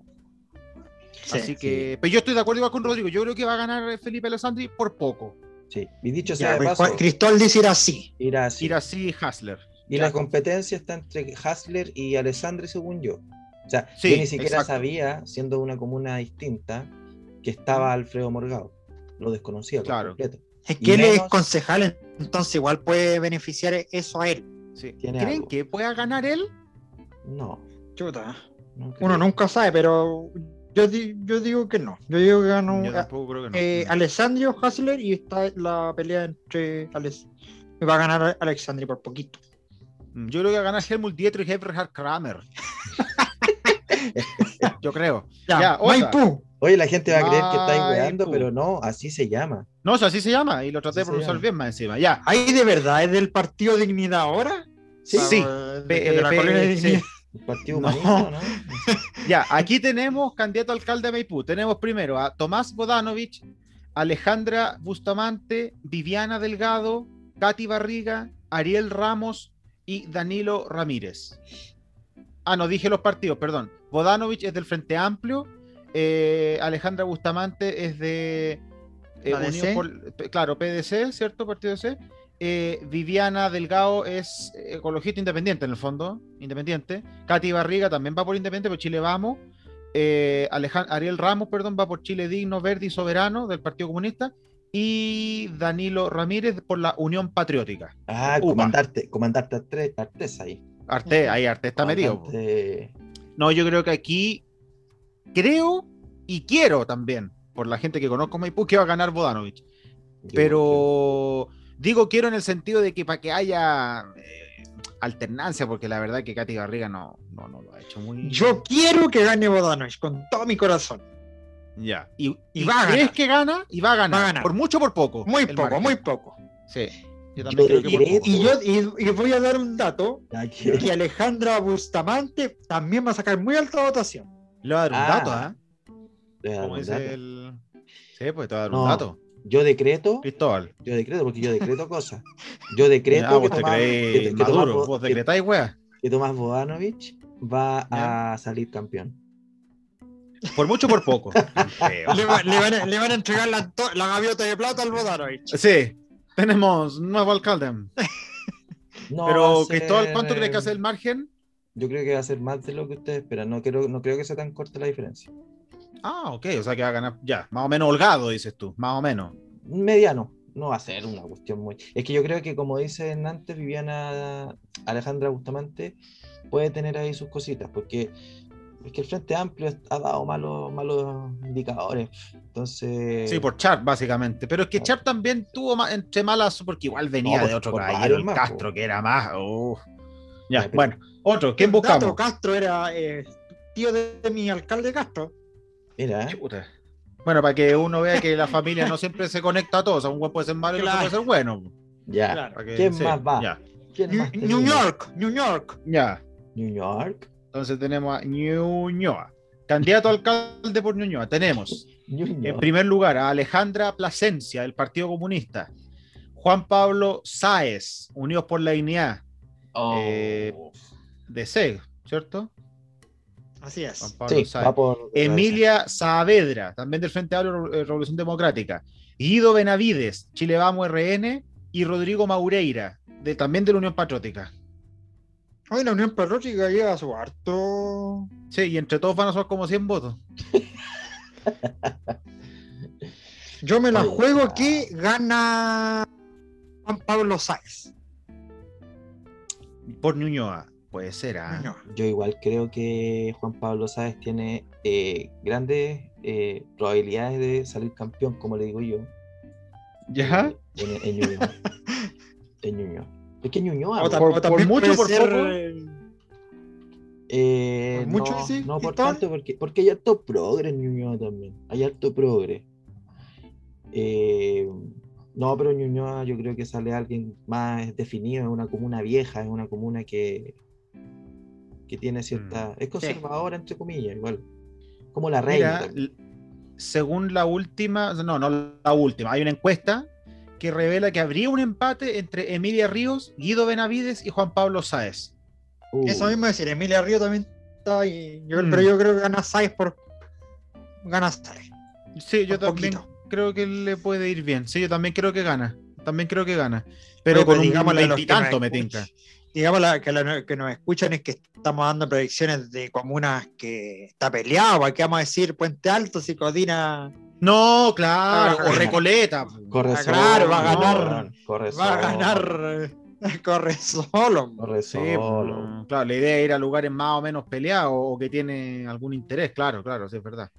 Speaker 2: Sí.
Speaker 3: Así que, pero yo estoy de acuerdo igual con Rodrigo. Yo creo que va a ganar eh, Felipe Alessandri por poco.
Speaker 1: Sí. Y dicho sea
Speaker 2: Ya,
Speaker 1: de
Speaker 2: pues,
Speaker 1: paso,
Speaker 2: Juan Cristóbal irá así.
Speaker 1: ir así.
Speaker 3: Ir así, Hasler.
Speaker 1: Y la competencia está entre Hasler y Alessandri, según yo. O sea,
Speaker 3: Sí,
Speaker 1: yo ni siquiera
Speaker 3: exacto.
Speaker 1: sabía, siendo una comuna distinta, que estaba Alfredo Morgado. Lo desconocía por
Speaker 3: Mm. Claro.
Speaker 1: completo.
Speaker 2: Es
Speaker 1: Y
Speaker 2: que él es
Speaker 1: menos-
Speaker 2: concejal, entonces igual puede beneficiar eso a él.
Speaker 3: Sí.
Speaker 1: Tiene
Speaker 3: ¿Creen
Speaker 1: algo.
Speaker 3: que pueda ganar él?
Speaker 1: No.
Speaker 2: Chuta.
Speaker 1: no creo.
Speaker 2: Uno nunca sabe, pero yo, di- yo digo que no. Yo digo que ganó
Speaker 3: Yo tampoco creo que no.
Speaker 2: eh, Alessandro Hasler y está la pelea entre Ales- Va a ganar Alexandri por poquito.
Speaker 3: Mm, Yo creo que va a ganar Helmut Dietrich y Everhard Kramer. yo creo.
Speaker 2: Ya,
Speaker 3: Ya, otra.
Speaker 2: Maipú.
Speaker 1: Oye, la gente va a creer que estáis
Speaker 3: Ay,
Speaker 1: weando,
Speaker 3: pu.
Speaker 1: pero no, así se llama.
Speaker 3: No, o sea, así se llama. Y lo
Speaker 1: Así
Speaker 3: traté de
Speaker 1: se
Speaker 3: pronunciar
Speaker 1: llama.
Speaker 3: bien más encima. Ya.
Speaker 2: ¿Ahí de verdad es del partido Dignidad ahora?
Speaker 3: Sí.
Speaker 2: Ah,
Speaker 3: Sí.
Speaker 2: de-
Speaker 3: P-
Speaker 2: de la
Speaker 3: eh,
Speaker 2: colonia
Speaker 3: P-
Speaker 2: de
Speaker 3: sí.
Speaker 2: Dignidad.
Speaker 1: El Partido
Speaker 3: No.
Speaker 1: Humanista, ¿no?
Speaker 3: Ya, aquí tenemos candidato a alcalde de Maipú. Tenemos primero a Tomás Bodanovich, Alejandra Bustamante, Viviana Delgado, Katy Barriga, Ariel Ramos y Danilo Ramírez. Ah, no, dije los partidos, perdón. Bodanovich es del Frente Amplio, eh, Alejandra Bustamante es de eh,
Speaker 2: PDC.
Speaker 3: Unión por- claro, PDC, ¿cierto? Partido C. Eh, Viviana Delgado es eh, ecologista independiente en el fondo, independiente. Katy Barriga también va por independiente, por Chile Vamos. Eh, Alejan- Ariel Ramos, perdón, va por Chile Digno, Verde y Soberano del Partido Comunista. Y Danilo Ramírez por la Unión Patriótica.
Speaker 1: Ah,
Speaker 3: Upa.
Speaker 1: comandarte, comandarte Artre- Artes ahí.
Speaker 3: Arte,
Speaker 2: Ujú.
Speaker 3: ahí Arte está metido. po.
Speaker 1: Comandante-
Speaker 3: No, yo creo que aquí creo y quiero también, por la gente que conozco en Maipú, que va a ganar Bodanovich.
Speaker 1: yo-
Speaker 3: pero digo quiero en el sentido de que para que haya eh, alternancia, porque la verdad que Katy Garriga no, no, no lo ha hecho muy
Speaker 2: Yo quiero que gane Bodanovich con todo mi corazón.
Speaker 3: ya. Y,
Speaker 2: Y
Speaker 3: y
Speaker 2: va a
Speaker 3: crees
Speaker 2: ganar.
Speaker 3: que gana y va a ganar,
Speaker 2: Va a ganar.
Speaker 3: por mucho o por poco.
Speaker 2: Muy
Speaker 3: el
Speaker 2: poco,
Speaker 3: margen.
Speaker 2: muy poco.
Speaker 3: Sí. Yo
Speaker 1: Yo
Speaker 3: también creo que por
Speaker 1: diré-
Speaker 3: poco.
Speaker 2: Y yo y- y voy a dar un dato
Speaker 1: Ya que-
Speaker 2: de que Alejandra Bustamante también va a sacar muy alta votación.
Speaker 3: Le voy a dar un
Speaker 1: Ah,
Speaker 3: dato, ¿ah?
Speaker 1: ya,
Speaker 3: Como dice
Speaker 1: dato.
Speaker 3: el Sí, pues te voy a dar
Speaker 1: No.
Speaker 3: un dato.
Speaker 1: Yo decreto,
Speaker 3: Cristóbal.
Speaker 1: yo decreto, porque yo decreto cosas. Yo decreto
Speaker 3: Ya,
Speaker 1: que,
Speaker 3: vos te
Speaker 1: Tomás- que-
Speaker 3: crees
Speaker 1: que Tomás
Speaker 3: Maduro,
Speaker 1: Bo-
Speaker 3: vos
Speaker 1: que-
Speaker 3: decretáis, wea.
Speaker 1: que Tomás Bodanovich va a salir campeón.
Speaker 3: Por mucho o por poco. Feo.
Speaker 2: Le, va- le van, a, le van a entregar la, to- la gaviota de plata al Bodanovich.
Speaker 3: sí. Tenemos nuevo alcalde.
Speaker 1: No va
Speaker 3: Pero
Speaker 1: a ser,
Speaker 3: Cristóbal, ¿cuánto crees que
Speaker 1: eh,
Speaker 3: hace el margen?
Speaker 1: Yo creo que va a ser más de lo que ustedes esperan. No creo, no creo que sea tan corta la diferencia.
Speaker 3: Ah, ok, o sea que va a ganar ya, más o menos holgado, dices tú, más o menos.
Speaker 1: Mediano. No va a ser una cuestión muy. Es que yo creo que, como dicen antes, Viviana Alejandra Bustamante puede tener ahí sus cositas, porque es que el Frente Amplio ha dado malos, malos indicadores. Entonces.
Speaker 3: Sí, por Char, básicamente. Pero es que Char también tuvo ma- entre malas, porque igual venía
Speaker 1: No, por-
Speaker 3: de otro
Speaker 1: por
Speaker 3: caballero,
Speaker 1: varios
Speaker 3: el
Speaker 1: más,
Speaker 3: Castro,
Speaker 1: po.
Speaker 3: que era más. oh.
Speaker 1: Ya,
Speaker 3: Ya,
Speaker 1: pero-
Speaker 3: bueno, otro, ¿quién buscamos?
Speaker 2: Dato, Castro era eh, tío de, de mi alcalde Castro.
Speaker 1: Mira, ¿eh?
Speaker 3: Chuta. Bueno, para que uno vea que la familia no siempre se conecta a todos, o sea, un buen puede ser malo y el otro
Speaker 2: Claro.
Speaker 3: puede ser bueno. Ah.
Speaker 1: ya.
Speaker 2: Claro.
Speaker 3: para que-
Speaker 1: ¿Quién más va?
Speaker 3: Ya,
Speaker 1: ¿Quién
Speaker 2: New,
Speaker 1: más
Speaker 2: New
Speaker 1: tenemos?
Speaker 2: York, New York.
Speaker 3: ya.
Speaker 1: New York.
Speaker 3: Entonces tenemos a Ñuñoa, candidato a alcalde por Ñuñoa. Tenemos
Speaker 1: New
Speaker 3: En
Speaker 1: York.
Speaker 3: primer lugar, a Alejandra Plasencia, del Partido Comunista. Juan Pablo Sáez, Unidos por la Dignidad,
Speaker 1: Oh.
Speaker 3: eh, DC, ¿cierto?
Speaker 2: Así
Speaker 3: Juan
Speaker 2: es.
Speaker 3: Pablo
Speaker 1: sí,
Speaker 3: Sáez.
Speaker 1: va por.
Speaker 3: Emilia Saavedra, también del Frente Amplio eh, Revolución Democrática. Guido Benavides, Chile Vamos RN. Y Rodrigo Maureira, de, también de la Unión Patriótica.
Speaker 2: Hoy la Unión Patriótica lleva su harto.
Speaker 3: Sí, y entre todos van a ser como 100 votos.
Speaker 2: Yo me la
Speaker 1: Oye,
Speaker 2: juego
Speaker 3: ah.
Speaker 1: ya.
Speaker 2: que gana Juan Pablo Sáez.
Speaker 3: Por Ñuñoa, puede ser. ¿ah?
Speaker 2: Ñuñoa.
Speaker 1: Yo igual creo que Juan Pablo Sáez tiene eh, grandes eh, probabilidades de salir campeón, como le digo yo.
Speaker 3: ¿Ya?
Speaker 1: eh, En, en Ñuñoa. en Ñuñoa. Es que Ñuñoa.
Speaker 2: O, tam-
Speaker 1: po.
Speaker 3: Por-
Speaker 2: o también
Speaker 3: por mucho,
Speaker 2: puede
Speaker 3: por
Speaker 2: ser,
Speaker 3: poco.
Speaker 2: eh,
Speaker 1: Eh,
Speaker 2: ¿Por mucho
Speaker 1: no,
Speaker 2: que sí,
Speaker 1: no
Speaker 2: que
Speaker 1: por
Speaker 2: están?
Speaker 1: tanto, porque, porque hay harto progre en Ñuñoa también. Hay harto progre. Eh, no, pero en Ñuñoa yo creo que sale alguien más definido. Es una comuna vieja, es una comuna que, que tiene cierta. Es conservadora, entre comillas, igual. Como la reina.
Speaker 3: Mira,
Speaker 1: también.
Speaker 3: l- según la última, no, no la última, hay una encuesta que revela que habría un empate entre Emilia Ríos, Guido Benavides y Juan Pablo Sáez.
Speaker 1: Uh,
Speaker 2: Eso mismo decir, Emilia Río también está ahí. Yo-
Speaker 3: Mm.
Speaker 2: Pero yo creo que gana Saez por. Gana Saez.
Speaker 3: Sí, yo
Speaker 2: Por
Speaker 3: también
Speaker 2: poquito.
Speaker 3: creo que le puede ir bien. Sí, yo también creo que gana. También creo que gana. Pero
Speaker 2: Oye,
Speaker 3: con un
Speaker 2: digámosle a los que
Speaker 3: veintitanto
Speaker 2: nos
Speaker 3: me
Speaker 2: escuchan-
Speaker 3: tinca.
Speaker 2: Digamos la- que, la- que nos escuchan es que estamos dando predicciones de comunas que está peleado. ¿Para qué vamos a decir Puente Alto si Codina
Speaker 3: No, claro.
Speaker 2: Ah,
Speaker 3: o Recoleta.
Speaker 1: corre
Speaker 2: Ah, claro, va a
Speaker 1: solo,
Speaker 2: ganar.
Speaker 1: weón, corre
Speaker 2: va a
Speaker 1: solo,
Speaker 2: ganar? eh, Corre solo.
Speaker 1: Corre
Speaker 3: Sí,
Speaker 1: solo.
Speaker 3: mm, claro, la idea es ir a lugares más o menos peleados o que tienen algún interés, claro, claro, sí, es verdad.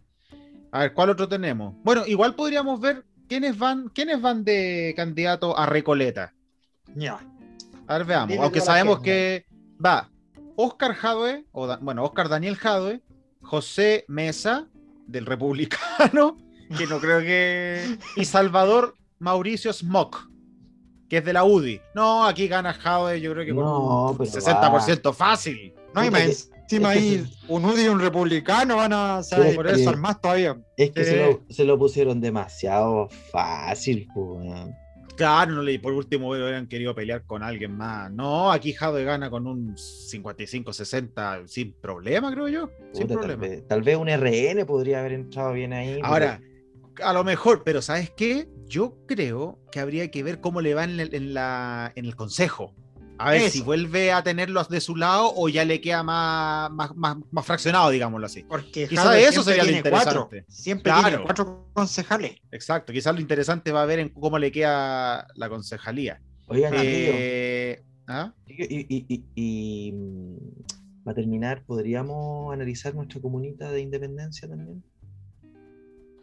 Speaker 3: A ver, ¿cuál otro tenemos? Bueno, igual podríamos ver quiénes van, quiénes van de candidato a Recoleta.
Speaker 2: Ya.
Speaker 3: A ver, veamos.
Speaker 2: Dile
Speaker 3: Aunque
Speaker 2: tú a la
Speaker 3: sabemos
Speaker 2: gente.
Speaker 3: que va Oscar Jadwe, o da- bueno, Oscar Daniel Jadwe, José Mesa, del Republicano, que no creo que. Y Salvador Mauricio Smock, que es de la UDI. No, aquí gana Jadwe, yo creo que con
Speaker 1: No,
Speaker 3: un
Speaker 1: pero
Speaker 3: 60% fácil.
Speaker 2: No, y
Speaker 1: Puta
Speaker 2: más
Speaker 1: que-
Speaker 2: encima
Speaker 1: es que
Speaker 2: ahí un UDI y un republicano van a se van
Speaker 1: Pero
Speaker 2: a
Speaker 3: es que-
Speaker 2: dispersar más todavía.
Speaker 1: Es que se,
Speaker 3: Sí.
Speaker 1: lo, se lo pusieron demasiado fácil, po, weón.
Speaker 3: Claro, no le- por último hubieran querido pelear con alguien más. No, aquí Jadwe gana con un 55-60 sin problema, creo yo. Sin
Speaker 1: Puta, tal,
Speaker 3: problema.
Speaker 1: vez, tal vez un RN podría haber entrado bien ahí. pero-
Speaker 3: Ahora, a lo mejor, pero ¿sabes qué? Yo creo que habría que ver cómo le va en el, en la- en el consejo. A ver
Speaker 2: Eso.
Speaker 3: si vuelve a tenerlos de su lado o ya le queda más, más, más- más fraccionado, digámoslo así.
Speaker 2: Porque
Speaker 3: Quizá
Speaker 2: Jadwe
Speaker 3: eso
Speaker 2: siempre
Speaker 3: sería lo
Speaker 2: tiene
Speaker 3: interesante.
Speaker 2: Cuatro, siempre
Speaker 3: Claro.
Speaker 2: tiene cuatro concejales.
Speaker 3: Exacto, quizás lo interesante va a ver en cómo le queda la concejalía.
Speaker 1: Oigan, chiquillos,
Speaker 3: Eh, ¿ah?
Speaker 1: chiquillos, y, y- y- y, mm, para terminar, ¿podríamos analizar nuestra comunita de independencia también?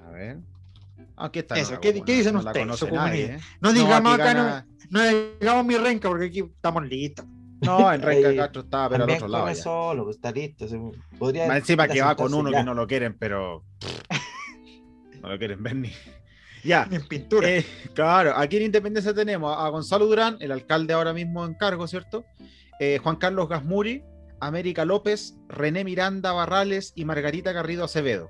Speaker 3: A ver. Ah, Aquí está.
Speaker 2: Eso, ¿qué- qué dicen ustedes, su comunidad?
Speaker 3: ¿eh?
Speaker 2: No digamos
Speaker 3: digamos
Speaker 2: acá, no, no digamos mi renca, porque aquí estamos listos.
Speaker 3: No, en Renca
Speaker 1: Eh,
Speaker 3: Castro estaba, Ah, pero al
Speaker 1: También
Speaker 3: otro lado.
Speaker 1: corre
Speaker 3: ya.
Speaker 1: solo, pues, está listo. se- podría,
Speaker 3: Más encima que va con
Speaker 1: sentarse
Speaker 3: uno
Speaker 1: ya.
Speaker 3: que no lo quieren, pero. No lo quieren ver ni. Ya.
Speaker 2: En pintura.
Speaker 3: eh, claro, aquí en Independencia tenemos a Gonzalo Durán, el alcalde ahora mismo en cargo, ¿cierto? Eh, Juan Carlos Gasmuri, América López, René Miranda Barrales y Margarita Garrido Acevedo.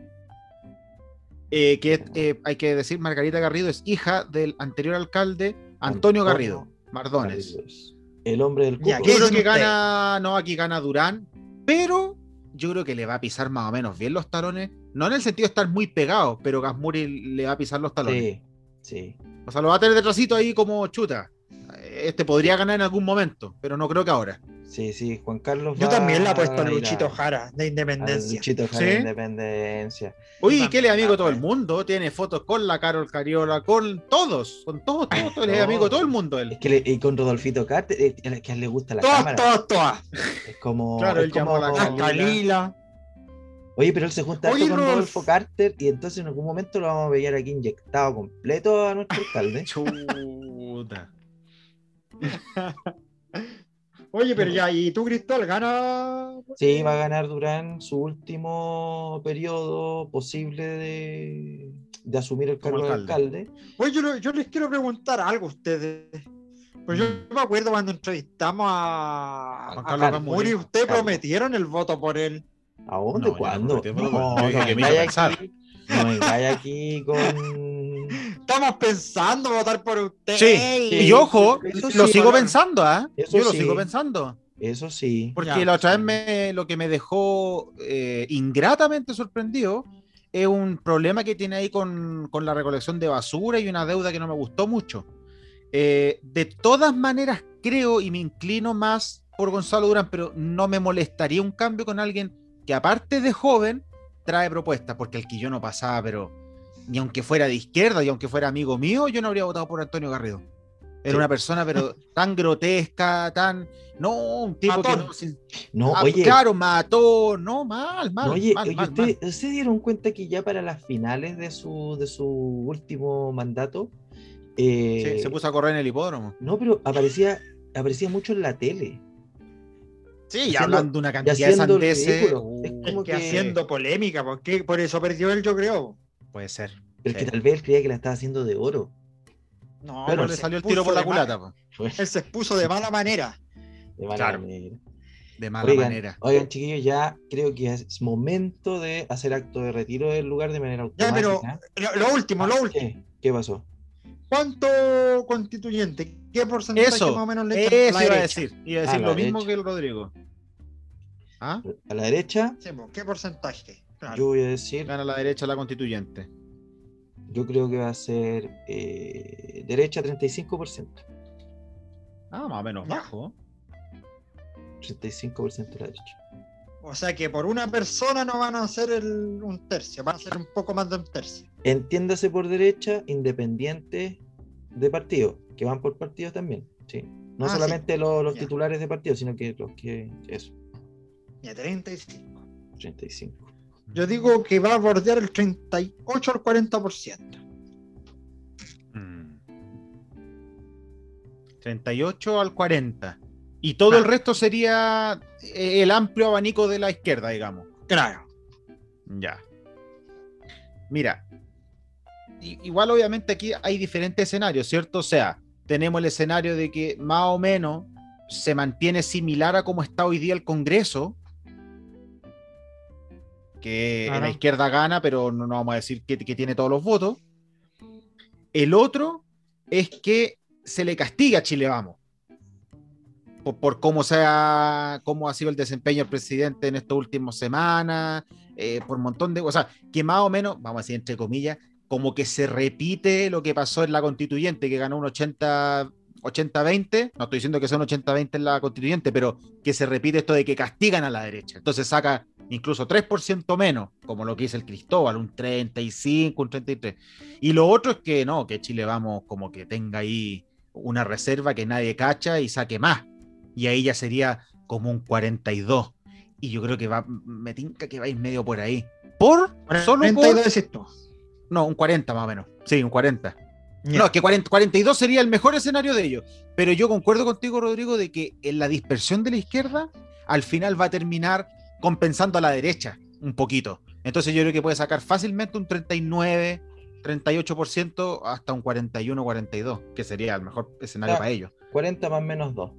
Speaker 3: Eh, que es- eh, hay que decir, Margarita Garrido es hija del anterior alcalde Antonio
Speaker 1: Antonio
Speaker 3: Garrido, Mardones.
Speaker 1: Carlos, El hombre del cupo.
Speaker 2: Ya,
Speaker 3: Yo
Speaker 2: ¿qué
Speaker 3: creo
Speaker 2: dicen
Speaker 3: que
Speaker 2: ustedes?
Speaker 3: gana, no, aquí gana Durán, pero yo creo que le va a pisar más o menos bien los talones. No en el sentido de estar muy pegado, pero Gasmuri le va a pisar los talones.
Speaker 1: Sí, sí.
Speaker 3: O sea, lo va a tener detrásito ahí como chuta. Este podría ganar en algún momento, pero no creo que ahora.
Speaker 1: Sí, sí, Juan Carlos.
Speaker 2: Yo
Speaker 1: va
Speaker 2: también la he
Speaker 1: a
Speaker 2: puesto a
Speaker 1: ir
Speaker 2: Luchito
Speaker 1: a-
Speaker 2: Jara de
Speaker 1: Ah, a
Speaker 2: Independencia.
Speaker 1: Luchito Jara de
Speaker 3: Sí.
Speaker 1: Independencia.
Speaker 3: Oye,
Speaker 2: Yo
Speaker 3: que le amigo
Speaker 1: también,
Speaker 3: todo el
Speaker 1: eh.
Speaker 3: mundo. Tiene fotos con la Carol Cariola, con todos, con todos, todos, todos. Le es
Speaker 1: No.
Speaker 3: amigo de todo el mundo él.
Speaker 1: Es que le- y con Rodolfito Carter, es, es que a él le gusta la
Speaker 2: Todas,
Speaker 1: cámara.
Speaker 2: todas, todas.
Speaker 1: Es como.
Speaker 3: Claro,
Speaker 1: es
Speaker 3: él llamó
Speaker 1: como-
Speaker 3: a la
Speaker 2: La Calila.
Speaker 1: Oye, pero él se junta harto
Speaker 2: Oye,
Speaker 1: con
Speaker 2: Rolf.
Speaker 1: Rodolfo Carter y entonces en algún momento lo vamos a ver aquí inyectado completo a nuestro alcalde.
Speaker 3: Chuta.
Speaker 2: Oye, pero ya, ¿y tú, Cristóbal, gana?
Speaker 1: Sí, va a ganar Durán su último periodo posible de, de asumir el
Speaker 3: Como
Speaker 1: cargo de
Speaker 3: alcalde.
Speaker 1: alcalde.
Speaker 2: Oye, yo, lo- yo les quiero preguntar algo a ustedes. Pues yo
Speaker 3: Mm.
Speaker 2: me acuerdo cuando entrevistamos a,
Speaker 3: Juan
Speaker 2: a
Speaker 3: Carlos
Speaker 2: Muri,
Speaker 3: Gasmuri.
Speaker 2: ustedes
Speaker 1: Carlos.
Speaker 2: prometieron el voto por él.
Speaker 1: ¿A dónde?
Speaker 3: No, yo no
Speaker 1: ¿Cuándo?
Speaker 3: prometí, pero bueno, yo dije que me
Speaker 1: vengáis
Speaker 3: iba a
Speaker 1: aquí- no vengáis aquí con.
Speaker 2: Estamos pensando votar por usted.
Speaker 3: Sí,
Speaker 1: Sí.
Speaker 3: y ojo,
Speaker 1: Eso
Speaker 3: lo
Speaker 1: sí,
Speaker 3: sigo
Speaker 2: Valor.
Speaker 3: pensando, ¿ah?
Speaker 1: Eso
Speaker 3: Yo lo
Speaker 1: sí.
Speaker 3: sigo pensando.
Speaker 1: Eso sí.
Speaker 3: Porque
Speaker 2: Ya.
Speaker 3: la otra vez me- lo que me dejó eh, ingratamente sorprendido es un problema que tiene ahí con, con la recolección de basura y una deuda que no me gustó mucho. Eh, de todas maneras, creo y me inclino más por Gonzalo Durán, pero no me molestaría un cambio con alguien que aparte de joven trae propuestas, porque el que yo no pasaba, pero ni aunque fuera de izquierda y aunque fuera amigo mío, yo no habría votado por Antonio Garrido. Era
Speaker 1: Sí.
Speaker 3: una persona, pero tan grotesca, tan... No, un tipo que
Speaker 2: Matón.
Speaker 3: no, sin-
Speaker 1: No,
Speaker 3: Ah,
Speaker 1: oye.
Speaker 3: Claro, mató, no, mal, mal.
Speaker 1: oye,
Speaker 3: mal,
Speaker 1: oye,
Speaker 3: mal,
Speaker 1: ¿ustedes se dieron cuenta que ya para las finales de su, de su último mandato.
Speaker 3: mal. Sí,
Speaker 1: eh,
Speaker 3: se puso a correr en el hipódromo.
Speaker 1: No, pero aparecía, aparecía mucho en la tele.
Speaker 3: Sí, y
Speaker 1: Haciendo-
Speaker 3: hablando una cantidad de
Speaker 1: haciendo el
Speaker 3: sandeces.
Speaker 1: ridículo.
Speaker 3: uh,
Speaker 1: Es
Speaker 2: Es
Speaker 1: como
Speaker 2: que
Speaker 1: que-
Speaker 2: haciendo polémica, porque por eso perdió él, yo creo.
Speaker 3: Puede ser.
Speaker 1: Pero es que
Speaker 3: Sí.
Speaker 1: tal vez él creía que la estaba haciendo de oro.
Speaker 2: No, pues
Speaker 3: Pero
Speaker 2: él
Speaker 3: le
Speaker 2: se
Speaker 3: salió el
Speaker 2: expuso
Speaker 3: tiro por la
Speaker 2: de ma-
Speaker 3: culata, po.
Speaker 1: Fue
Speaker 2: Él se expuso de mala manera.
Speaker 1: de mala
Speaker 3: Claro.
Speaker 1: manera.
Speaker 3: de mala
Speaker 1: Oigan,
Speaker 3: manera.
Speaker 1: oigan, chiquillos, ya creo que es momento de hacer acto de retiro del lugar de manera
Speaker 2: Ya,
Speaker 1: automática.
Speaker 2: pero- Lo, lo último, lo último.
Speaker 1: ¿Qué? ¿Qué pasó?
Speaker 2: ¿Cuánto constituyente? ¿Qué porcentaje
Speaker 3: Eso,
Speaker 2: más o menos le echa
Speaker 3: Eso
Speaker 2: la
Speaker 3: iba a
Speaker 2: derecha?
Speaker 3: decir. Iba a
Speaker 1: Ah,
Speaker 3: decir
Speaker 1: la
Speaker 3: lo mismo
Speaker 1: derecha.
Speaker 3: que el Rodrigo. ¿Ah?
Speaker 1: A la derecha,
Speaker 2: Sí, po, ¿Qué porcentaje? Claro.
Speaker 1: yo voy a decir,
Speaker 3: Gana la derecha la constituyente.
Speaker 1: yo creo que va a ser eh, derecha 35%.
Speaker 3: Ah, más o menos
Speaker 2: Ya.
Speaker 3: bajo.
Speaker 1: 35% de la derecha.
Speaker 2: O sea que por una persona no van a ser el- un tercio, van a ser un poco más de un tercio.
Speaker 1: Entiéndase por derecha, independiente de partido, que van por partidos también. ¿sí? No
Speaker 2: Ah, sí.
Speaker 1: solamente los, los
Speaker 2: Ya.
Speaker 1: titulares de partido, sino que los que. Eso,
Speaker 2: Ya 35.
Speaker 1: 35.
Speaker 2: Yo digo que va a bordear el 38 al 40%.
Speaker 3: Mm. 38 al 40. Y
Speaker 1: Ah.
Speaker 3: todo el
Speaker 2: Claro.
Speaker 3: resto sería eh, el amplio abanico de la izquierda, digamos.
Speaker 2: Claro.
Speaker 3: Ya. Mira, i- igual obviamente aquí hay diferentes escenarios, ¿cierto? O sea, tenemos el escenario de que más o menos se mantiene similar a como está hoy día el Congreso, que
Speaker 2: Claro.
Speaker 3: la izquierda gana, pero no, no vamos a decir que, que tiene todos los votos. El otro es que se le castiga a Chile Vamos por, por cómo, se ha, cómo ha sido el desempeño del presidente en estas últimas semanas, eh, por un montón de... O sea, que más o menos, vamos a decir entre comillas, como que se repite lo que pasó en la constituyente, que ganó un 80... 80-20, no estoy diciendo que sea un 80-20 en la constituyente, pero que se repite esto de que castigan a la derecha. Entonces saca incluso 3% menos, como lo que dice el Cristóbal, un 35, un 33. Y lo otro es que no, que Chile vamos como que tenga ahí una reserva que nadie cacha y saque más y ahí ya sería como un 42. Y yo creo que va, me tinca que vais medio por ahí. ¿Por? ¿Solo
Speaker 2: 32
Speaker 3: por?
Speaker 2: decís tú.
Speaker 3: No, un 40 más o menos. Sí, un 40.
Speaker 2: Ya.
Speaker 3: No, es que 40 42 sería el mejor escenario de ellos. Pero yo concuerdo contigo, Rodrigo, de que en la dispersión de la izquierda al final va a terminar compensando a la derecha un poquito. Entonces yo creo que puede sacar fácilmente un 39, 38% hasta un 41, 42, que sería el mejor escenario
Speaker 1: Ah.
Speaker 3: para ellos.
Speaker 1: 40 más menos 2.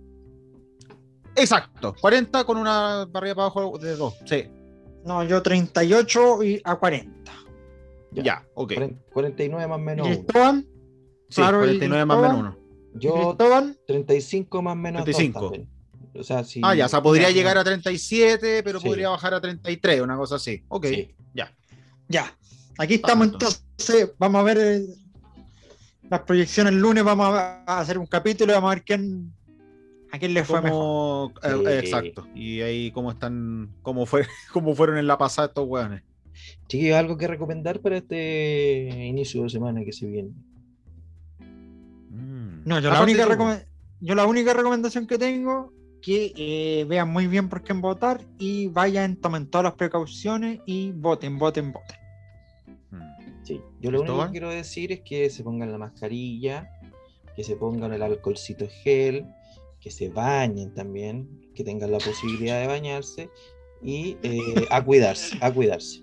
Speaker 3: Exacto, 40 con una barrilla para abajo de 2. Sí,
Speaker 2: No, yo 38 y a 40.
Speaker 3: ya, ok.
Speaker 1: 49 más menos 1.
Speaker 2: Cristóbal,
Speaker 3: Sí,
Speaker 2: Claro,
Speaker 3: 49 más
Speaker 2: ¿y
Speaker 3: menos
Speaker 2: Cristóbal?
Speaker 3: 1.
Speaker 1: Yo
Speaker 2: Cristóbal,
Speaker 1: 35 más menos
Speaker 3: 35.
Speaker 1: 2. también. O sea, si.
Speaker 3: Ah, ya, o sea, podría
Speaker 1: ya,
Speaker 3: llegar a 37, pero
Speaker 1: Sí.
Speaker 3: podría bajar a 33, una cosa así. Ok,
Speaker 1: sí.
Speaker 3: ya.
Speaker 2: ya. Aquí estamos
Speaker 3: Tanto.
Speaker 2: entonces. Vamos a ver eh, las proyecciones el lunes. Vamos a a hacer un capítulo y vamos a ver quién, a quién le fue mejor.
Speaker 3: Como- eh,
Speaker 1: Sí.
Speaker 3: eh, exacto. Y ahí cómo están, cómo, fue, cómo fueron en la pasada estos hueones.
Speaker 1: Chiquillos, algo que recomendar para este inicio de semana que se viene.
Speaker 3: Mm.
Speaker 2: No, yo la, única recome- yo la única recomendación que tengo que eh, vean muy bien por quién votar y vayan, tomen todas las precauciones y voten, voten, voten.
Speaker 3: recomendación.
Speaker 1: Sí. Yo lo único
Speaker 3: ¿Cristóbal?
Speaker 1: que quiero decir es que se pongan la mascarilla, que se pongan el alcoholcito gel, que se bañen también, que tengan la posibilidad de bañarse y eh, a cuidarse, a cuidarse.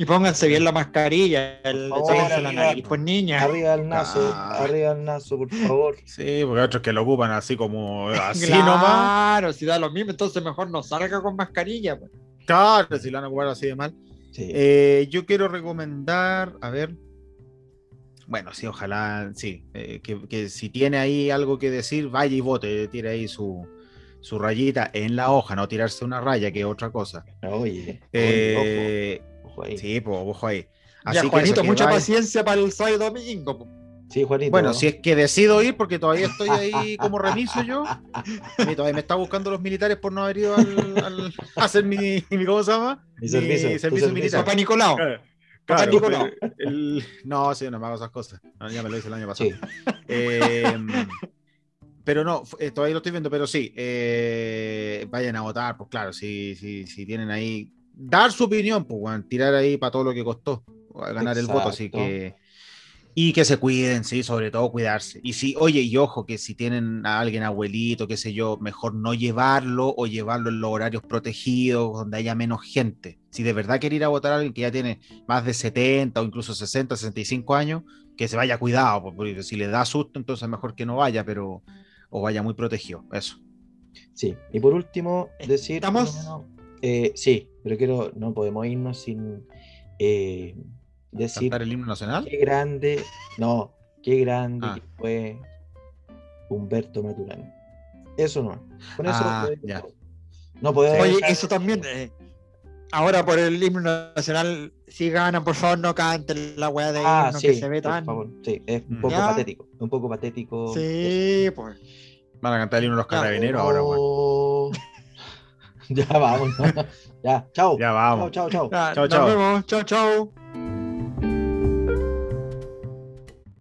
Speaker 2: Y pónganse bien la mascarilla, el
Speaker 1: Por favor,
Speaker 2: tápense la
Speaker 1: arriba.
Speaker 2: nariz, pues niña.
Speaker 1: Arriba el nazo,
Speaker 3: Ah.
Speaker 1: arriba el nazo, por favor.
Speaker 3: Sí, porque hay otros que lo ocupan así como así nomás.
Speaker 2: claro, si da lo mismo, entonces mejor no salga con mascarilla. pues.
Speaker 3: Claro, si lo han ocupado así de mal.
Speaker 1: Sí.
Speaker 3: Eh, yo quiero recomendar, a ver. Bueno, sí, ojalá, sí, eh, que, que si tiene ahí algo que decir, vaya y vote, tire ahí su, su rayita en la hoja, no tirarse una raya, que es otra cosa.
Speaker 1: Oye, oye,
Speaker 3: Eh,
Speaker 1: ojo, ojo ahí. Sí,
Speaker 3: sí, pues, ojo ahí.
Speaker 2: ya,
Speaker 3: que
Speaker 2: Juanito,
Speaker 3: eso, que
Speaker 2: mucha
Speaker 3: vaya.
Speaker 2: paciencia para el sábado y domingo. pues.
Speaker 1: Juanito.
Speaker 3: Bueno, si es que decido ir, porque todavía estoy ahí como remiso yo, y todavía me está buscando los militares por no haber ido al, al- a hacer mi, mi, ¿cómo se llama?
Speaker 1: Mi servicio, tu servicio.
Speaker 3: eh, militar.
Speaker 2: Papá Nicolau.
Speaker 3: Eh, Claro,
Speaker 2: Papá
Speaker 3: claro,
Speaker 2: Nicolau.
Speaker 3: pero el- No, sí, no me hago esas cosas. No, ya me lo hice el año pasado.
Speaker 1: Sí.
Speaker 3: Eh, pero no, fu- eh, todavía lo estoy viendo, pero sí, eh, vayan a votar, pues claro, si, si, si tienen ahí, dar su opinión, pues weón, tirar ahí para todo lo que costó ganar el voto, así
Speaker 1: Exacto.
Speaker 3: que... Y que se cuiden, sí, sobre todo cuidarse. Y si, oye, y ojo, que si tienen a alguien abuelito, qué sé yo, mejor no llevarlo o llevarlo en los horarios protegidos, donde haya menos gente. Si de verdad quiere ir a votar a alguien que ya tiene más de 70 o incluso 60, 65 años, que se vaya cuidado, porque si le da susto, entonces mejor que no vaya, pero o vaya muy protegido, eso.
Speaker 1: Sí, y por último, decir.
Speaker 2: ¿Estamos?
Speaker 1: no, no, no, eh, sí, pero quiero, no podemos irnos sin eh, decir
Speaker 3: ¿Cantar el himno
Speaker 2: ¿Ah?
Speaker 3: nacional?
Speaker 1: qué grande, no, qué grande
Speaker 3: Ah.
Speaker 1: que fue Humberto Maturana. Eso no. Con eso
Speaker 3: Ah,
Speaker 1: podemos-
Speaker 3: ya.
Speaker 1: no podemos.
Speaker 2: Oye,
Speaker 1: dejar-
Speaker 2: eso también. eh, ahora por el himno nacional, si ganan, por favor, no canten la weá de himno
Speaker 1: Ah,
Speaker 2: que
Speaker 1: sí,
Speaker 2: se ve
Speaker 1: por
Speaker 2: tan.
Speaker 1: favor, sí, es un
Speaker 3: Mm.
Speaker 1: poco
Speaker 2: Ya.
Speaker 1: patético, un poco patético. Eh,
Speaker 2: Sí, pues.
Speaker 3: Van a cantar el himno de los
Speaker 2: Ya,
Speaker 3: carabineros ahora, weón.
Speaker 1: Oh. Ya vamos, Ya, chao.
Speaker 3: Ya vamos.
Speaker 1: Chao, chao, chao.
Speaker 2: Ya,
Speaker 3: Chao,
Speaker 2: nos
Speaker 3: chao.
Speaker 2: vemos. Chao, chao.